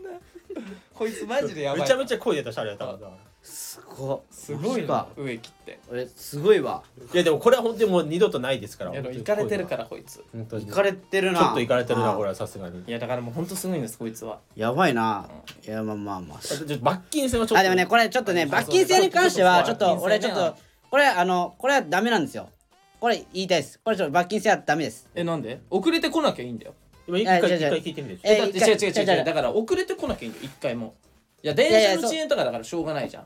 Speaker 2: んだこいつマジでやばい
Speaker 3: めちゃめちゃ声出たシャリだったからだから
Speaker 1: すご
Speaker 2: すごいな
Speaker 1: か
Speaker 2: 植木って
Speaker 1: 俺すごいわ
Speaker 3: いやでもこれは本当にもう二度とないですから
Speaker 2: いやでも行かれてるからこいつ
Speaker 3: 本当に
Speaker 1: 行かれてるな
Speaker 3: ちょっと行かれてるな
Speaker 1: あ
Speaker 3: これはさすがに
Speaker 2: いやだからもうほんとすごいんですこいつは
Speaker 1: やばいないやまあまあまあ
Speaker 3: あとちょっと罰金戦はちょっと
Speaker 1: あでもねこれちょっとね罰金制に関してはちょっと俺ちょっとこれあのこれはダメなんですよこれ言いたいですこれちょっと罰金制はダメです
Speaker 2: えなんで遅れてこなきゃいいんだよ
Speaker 3: 今一
Speaker 1: い
Speaker 3: 回
Speaker 1: や違う違
Speaker 3: 一回
Speaker 1: う
Speaker 3: 聞いてみる
Speaker 1: え
Speaker 2: だって
Speaker 1: 一回
Speaker 2: 違う違う違う
Speaker 1: 違う違
Speaker 2: 違
Speaker 1: う
Speaker 2: うだから遅れてこなきゃいいんだよ一回もいや
Speaker 1: いやい
Speaker 2: 電
Speaker 1: や
Speaker 2: 車の遅延とかだからしょうがないじゃん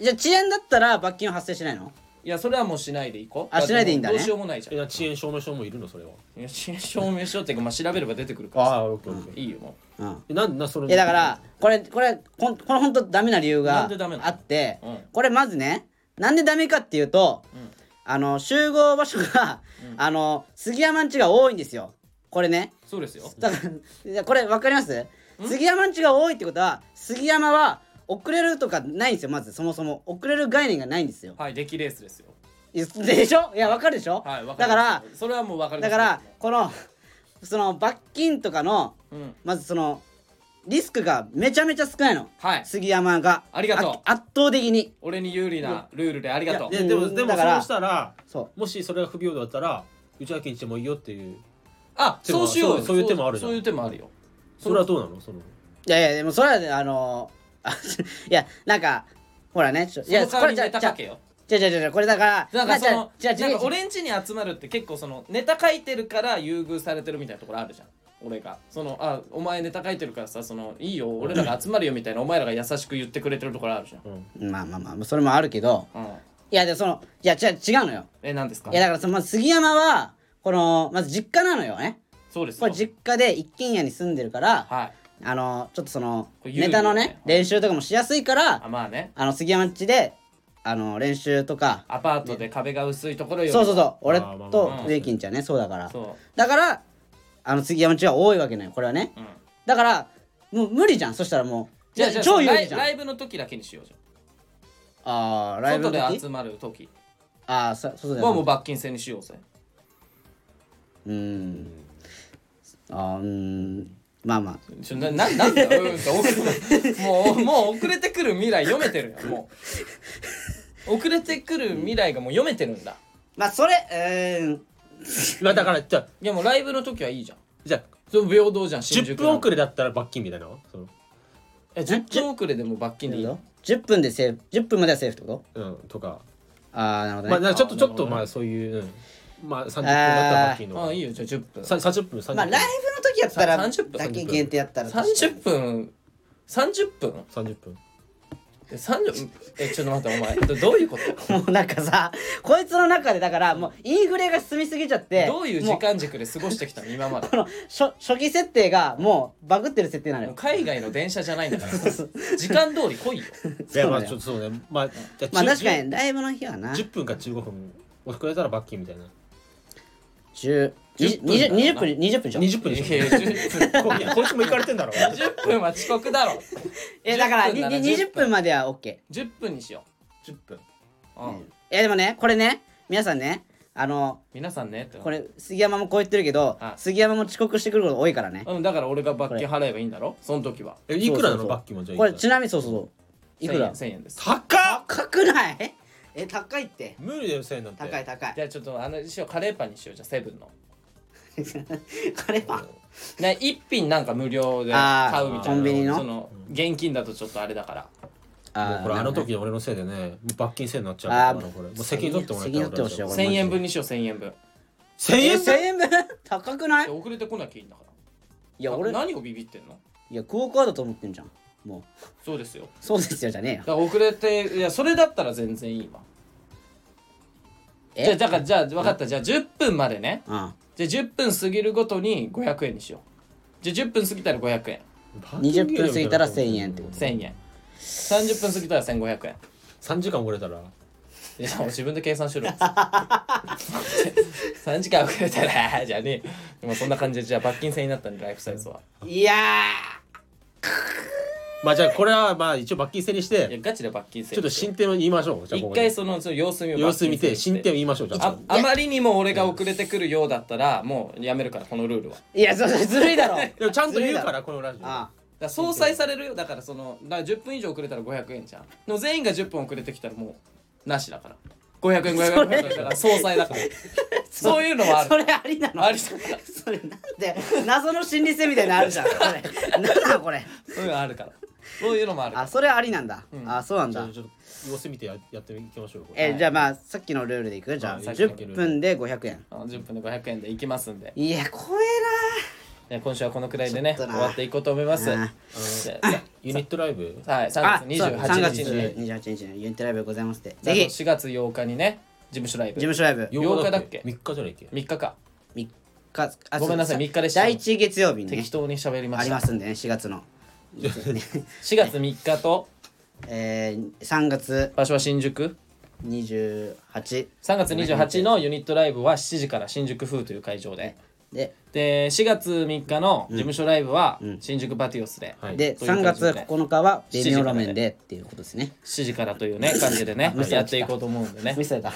Speaker 1: じゃあ遅延だったら罰金は発生しないの
Speaker 2: いやそれはもうしないでいこう
Speaker 1: あ
Speaker 2: って
Speaker 1: しないでいいんだね
Speaker 2: どうしようもないじゃん
Speaker 3: えな遅延証明書もいるのそれはい
Speaker 2: や遅延証明書っていうかまあ調べれば出てくるから
Speaker 3: あ
Speaker 2: さ
Speaker 3: あオッケーオッケー
Speaker 2: いいよも
Speaker 1: うん
Speaker 3: えなんなそれ
Speaker 1: いやだからこれこれこんこれ本当ダメな理由
Speaker 2: な
Speaker 1: が
Speaker 2: んでダメなの
Speaker 1: あって
Speaker 2: うん
Speaker 1: これまずねなんでダメかっていうと、あの集合場所が、あの杉山ん家が多いんですよこれね
Speaker 2: うそうですよ
Speaker 1: だからいやこれ分かります杉山ん家が多いってことは杉山は遅れるとかないんですよまずそもそも遅れる概念がないんですよ
Speaker 2: はい出来レースですよ
Speaker 1: いやでしょいや分かるでしょ、
Speaker 2: はいわ
Speaker 1: だ
Speaker 2: かります
Speaker 1: から
Speaker 2: それはもう分かりま
Speaker 1: だか
Speaker 2: す
Speaker 1: らこのその罰金とかの
Speaker 2: うん
Speaker 1: まずそのリスクがめちゃめちゃ少ないの
Speaker 2: はい
Speaker 1: 杉山が
Speaker 2: ありがとう
Speaker 1: あ圧倒的に
Speaker 2: 俺に有利なルールであり
Speaker 3: い
Speaker 2: が
Speaker 3: や
Speaker 2: とう
Speaker 3: いやでも
Speaker 1: うん
Speaker 3: でも
Speaker 1: だ
Speaker 3: そ
Speaker 1: か
Speaker 3: う
Speaker 1: ら
Speaker 3: したら
Speaker 1: そ
Speaker 3: もしそれが不平等だったら内垣んちもいいよっていう
Speaker 2: あ
Speaker 3: 手も
Speaker 2: そうしようよ
Speaker 3: そうそういう手もあるじゃ
Speaker 2: そ
Speaker 3: ん
Speaker 2: ういう手もあるよ
Speaker 3: それはどうなのその
Speaker 1: ういやいやでもそれはねあのーあ ちょいやなんかほらねちょい
Speaker 2: その
Speaker 1: や
Speaker 2: 代わり
Speaker 1: じ
Speaker 2: に
Speaker 1: ゃ
Speaker 2: ネタ
Speaker 1: じ
Speaker 2: 書
Speaker 1: ゃ
Speaker 2: けよ
Speaker 1: じゃじゃじゃじゃこれだから
Speaker 2: なんかその
Speaker 1: じゃじゃ
Speaker 2: な
Speaker 1: じ
Speaker 2: ん
Speaker 1: ゃ
Speaker 2: か俺ん家に集まるって結構そのネタ書いてるから優遇されてるみたいなところあるじゃん俺がそのあお前ネタ書いてるからさそのいいよ俺らが集まるよみたいなお前らが優しく言ってくれてるところあるじゃん
Speaker 1: まあまあまあそれもあるけど
Speaker 2: うん
Speaker 1: いやでそのいや違う違うのよ
Speaker 2: え何ですか
Speaker 1: いやだからそのまず杉山はこのまず実家なのよね
Speaker 2: そうです
Speaker 1: こ
Speaker 2: よ
Speaker 1: れ実家で一軒家に住んでるから
Speaker 2: はい
Speaker 1: あのーちょっとその
Speaker 2: これ有利
Speaker 1: ネタの
Speaker 2: だよ
Speaker 1: ね
Speaker 2: ね
Speaker 1: 練習とかもしやすいから
Speaker 2: あまあね
Speaker 1: あの杉山っちであの練習とか
Speaker 2: アパートで壁が薄いところより
Speaker 1: そうそうそう俺
Speaker 3: まあまあ
Speaker 1: と
Speaker 2: まあ
Speaker 1: 植木んちはねそうだから
Speaker 2: そ
Speaker 1: だからあの杉山んちは多いわけねこれはね
Speaker 2: ううん
Speaker 1: だからもう無理じゃんそしたらもう
Speaker 2: じゃあじゃあ
Speaker 1: 超有
Speaker 2: ラ
Speaker 1: 利
Speaker 2: イ
Speaker 1: じゃん
Speaker 2: ライブの時だけにしようじゃん
Speaker 1: あーライブの
Speaker 2: 外で
Speaker 1: 時
Speaker 2: 集まる時
Speaker 1: ああそうそうだ
Speaker 2: はもう
Speaker 1: よ
Speaker 2: 罰金制にしようぜ
Speaker 1: うんあーうーんまあまあ
Speaker 2: ちょなななんだようんって遅れもうもう遅れてくる未来読めてるよもう遅れてくる未来がもう読めてるんだ
Speaker 1: まあそれえーん
Speaker 3: まあだからじゃあ
Speaker 2: いやもうライブの時はいいじゃん
Speaker 3: じゃあ
Speaker 2: それ平等じゃん新
Speaker 3: 10
Speaker 2: 宿
Speaker 3: 分遅
Speaker 2: れ
Speaker 3: れだったら罰金みたいなのその
Speaker 2: え10分遅れでも罰金でいいよ
Speaker 1: 10分でセーフ10分まではセーフってこと
Speaker 3: うんとか
Speaker 1: ああなるほどね、
Speaker 3: まあなんかちょっと
Speaker 2: あ
Speaker 3: ちょっ
Speaker 2: なるほ
Speaker 3: と
Speaker 2: どね
Speaker 3: まあそういううんまあ30分だったら罰金
Speaker 2: あ
Speaker 3: の
Speaker 2: あいいよじゃあ10分
Speaker 3: さ30分30分
Speaker 1: まあライブの時やったら
Speaker 2: さ30分
Speaker 1: だけ限定やったら
Speaker 2: 30分30分
Speaker 3: 30分
Speaker 2: え30分えちょっと待ってお前どどういうこと
Speaker 1: もうなんかさこいつの中でだからもうインフレが進みすぎちゃって
Speaker 2: どういう時間軸で過ごしてきたの今まで
Speaker 1: この初初期設定がもうバグってる設定なの
Speaker 2: もう
Speaker 1: よ。
Speaker 2: 海外の電車じゃないんだから時間通り来 いよ
Speaker 3: いや
Speaker 1: そう
Speaker 3: ま
Speaker 1: だ
Speaker 3: あ
Speaker 1: ね
Speaker 3: ちょっとそうねまあじゃ
Speaker 1: まあ確か
Speaker 3: に
Speaker 1: にライブの日はな
Speaker 3: 10分か15分遅れたら罰金みたいな
Speaker 1: 10 20
Speaker 2: 10分だよな
Speaker 1: 20分20分じゃん
Speaker 3: 20分
Speaker 2: い
Speaker 3: で
Speaker 2: や
Speaker 3: し ょ
Speaker 2: 10分
Speaker 3: こいやこいつも行かれてんだろ
Speaker 2: 10分は遅刻だろ
Speaker 1: えだから
Speaker 2: 10分なら
Speaker 1: に20
Speaker 2: 10
Speaker 1: 分までは OK
Speaker 2: 10分にしよ
Speaker 3: 10分
Speaker 2: う、うん、
Speaker 1: いやでもねこれね皆さんねあの
Speaker 2: 皆さんねって
Speaker 1: これ杉山もこう言ってるけど
Speaker 2: あ
Speaker 1: 杉山も遅刻してくること多いからね
Speaker 2: うんだから俺が罰金払えばいいんだろその時は
Speaker 3: えいくらな
Speaker 1: そうそうそ
Speaker 3: の
Speaker 1: う
Speaker 3: 罰金はじゃあ
Speaker 1: これ
Speaker 3: いくら
Speaker 1: ちなみにそうそうそういくら
Speaker 2: 1000円1000円です
Speaker 3: 高っ
Speaker 1: 高くないえ高いって
Speaker 3: 無理だよ1000円なんて
Speaker 1: 高い高い
Speaker 2: じゃあちょっとあのしようカレーパンにしようじゃあセブンの
Speaker 1: カレーパン
Speaker 2: ね一品なんか無料で
Speaker 1: あー
Speaker 2: 買うみたいな
Speaker 1: コンビニの
Speaker 2: その現金だとちょっとあれだから
Speaker 1: あ
Speaker 3: も
Speaker 1: ー
Speaker 3: うこれ
Speaker 1: な
Speaker 3: あ
Speaker 1: るほ
Speaker 3: の
Speaker 1: どね
Speaker 3: 時俺のせいでねもう罰金制になっちゃう
Speaker 1: あ
Speaker 3: か
Speaker 1: ー
Speaker 3: らこれもう責任取ってもらいた
Speaker 1: 責
Speaker 3: い
Speaker 1: 任取ってほしいよ
Speaker 3: 俺
Speaker 1: こ
Speaker 3: は
Speaker 1: れ
Speaker 2: 1000円分にしよう1000円分
Speaker 3: 1000
Speaker 1: え
Speaker 3: 円
Speaker 1: 1000
Speaker 3: 分
Speaker 1: 円分高くない
Speaker 2: で遅れてこなきゃいいんだから
Speaker 1: いや俺
Speaker 2: な何をビビってんの
Speaker 1: いやクオ・カードと思ってんじゃんもう
Speaker 2: そうですよ
Speaker 1: そうですよじゃねえよ
Speaker 2: だから遅れていやそれだったら全然いいわじゃあ
Speaker 1: え
Speaker 2: だからじゃあ分かったじゃあ10分までね
Speaker 1: うん
Speaker 2: じゃあ10分過ぎるごとに500円にしようじゃあ10分過ぎたら500円
Speaker 1: 20分過ぎたら1000円ってこと
Speaker 2: 1000円30分過ぎたら1500円
Speaker 3: 3時間遅れたら
Speaker 2: いやもう自分で計算し ろ3時間遅れたらじゃあねでもそんな感じでじゃあ罰金制になったんでライフサイズはい
Speaker 1: や
Speaker 3: まあじゃあこれはまあ一応罰金制にし
Speaker 2: いや
Speaker 3: て
Speaker 2: ガチで罰金制
Speaker 3: ちょっと進展を言いましょうじゃあこ
Speaker 2: 一
Speaker 3: こ
Speaker 2: 回
Speaker 3: で
Speaker 2: そのその様子見を
Speaker 3: 様子見て
Speaker 2: 罰金制
Speaker 3: 進
Speaker 2: に
Speaker 3: 展を言いましょうじゃあ
Speaker 2: ああまりにも俺が遅れてくるようだったらもうやめるからこのルールはだか
Speaker 1: ーいやそれずるいだ ろ
Speaker 3: でもちゃんと言うからこのラジオ
Speaker 1: あ
Speaker 2: ら相殺されるよだからそのだから10分以上遅れたら500円じゃんでも全員が10分遅れてきたらもうなしだから500円500円500円だから相殺だからそういうのは
Speaker 1: あ
Speaker 2: あ
Speaker 1: そ
Speaker 2: る
Speaker 1: れありなの
Speaker 2: ありそうだ
Speaker 1: それなんで謎の心理戦みたいなのあるじゃんこれなんだこれ
Speaker 2: そういうのあるからそういうのもある
Speaker 1: あそれありなんだ、
Speaker 2: ん
Speaker 1: あそうなん
Speaker 3: じゃ
Speaker 1: だ
Speaker 3: あちょっと様子見てややっていきましょうよこれ
Speaker 1: えじゃあまあさっきのルールでいくじゃあ
Speaker 3: はい
Speaker 1: 10分で500円
Speaker 2: あの10分で500円でいきますんで
Speaker 1: いや怖
Speaker 2: じゃあ今週はこのくらいでね
Speaker 1: ちょっと
Speaker 2: 終
Speaker 1: な
Speaker 2: わっていこうと思います
Speaker 1: うん
Speaker 2: じゃあさ
Speaker 3: ユニットライブ
Speaker 2: はい
Speaker 1: えなあ
Speaker 2: 3月
Speaker 1: そう3
Speaker 2: 28
Speaker 1: 月
Speaker 2: 日に
Speaker 1: 28日のユニットライブございますって
Speaker 2: じゃ
Speaker 1: ぜ
Speaker 2: あ
Speaker 1: ひ事
Speaker 2: 4月8日にね事務所ライブ
Speaker 1: 務所ライブ
Speaker 3: 8
Speaker 2: 8
Speaker 3: ?3 日じゃないっけ
Speaker 2: 3日か
Speaker 1: 3日あ
Speaker 2: ごめんなさい
Speaker 1: そう
Speaker 2: 3日でした
Speaker 1: 第1月曜日に、ね、
Speaker 2: 適当に喋りま
Speaker 1: あ
Speaker 2: し
Speaker 1: り
Speaker 2: た
Speaker 1: ますんでね4月の、
Speaker 2: 4月3日と
Speaker 1: えー、3月
Speaker 2: 場所は新宿
Speaker 1: 28
Speaker 2: 3月28のユニットライブは7時から新宿風という会場で
Speaker 1: で,、
Speaker 2: で4月3日の事務所ライブは新宿バティオスで
Speaker 3: はい
Speaker 1: で
Speaker 2: そうい
Speaker 1: 3
Speaker 2: う感じ
Speaker 1: 月
Speaker 2: で
Speaker 1: 9日は微妙ラーメンでっていうことですね
Speaker 2: 7時からと いうね感じでね
Speaker 1: 無視
Speaker 2: やっていこうと思うんでね
Speaker 1: 見せた OK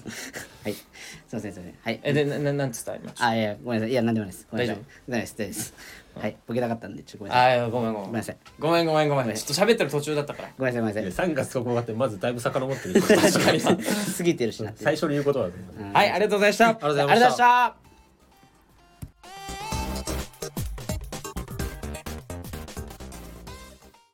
Speaker 1: はいすいませんすいませんはい
Speaker 2: えでなななんつった今
Speaker 1: あいやごめんなさいいやなんでもないですごめんなさい
Speaker 2: 大
Speaker 1: ごめんなさい失礼ですはいボケたかったんでちょっとごめんなさい
Speaker 2: あーごめんごめ
Speaker 1: ごめ
Speaker 2: ん
Speaker 1: んなさい
Speaker 2: ごめんごめんごめんちょっと喋ってる途中だったから
Speaker 1: ごめんなさいごめんなさ
Speaker 3: 3月9日ってまずだいぶ遡ってる
Speaker 1: い 過ぎてるしなっていう
Speaker 3: 最初に言うことはね
Speaker 2: はいありがとうございましたありがとう
Speaker 3: ございました
Speaker 2: た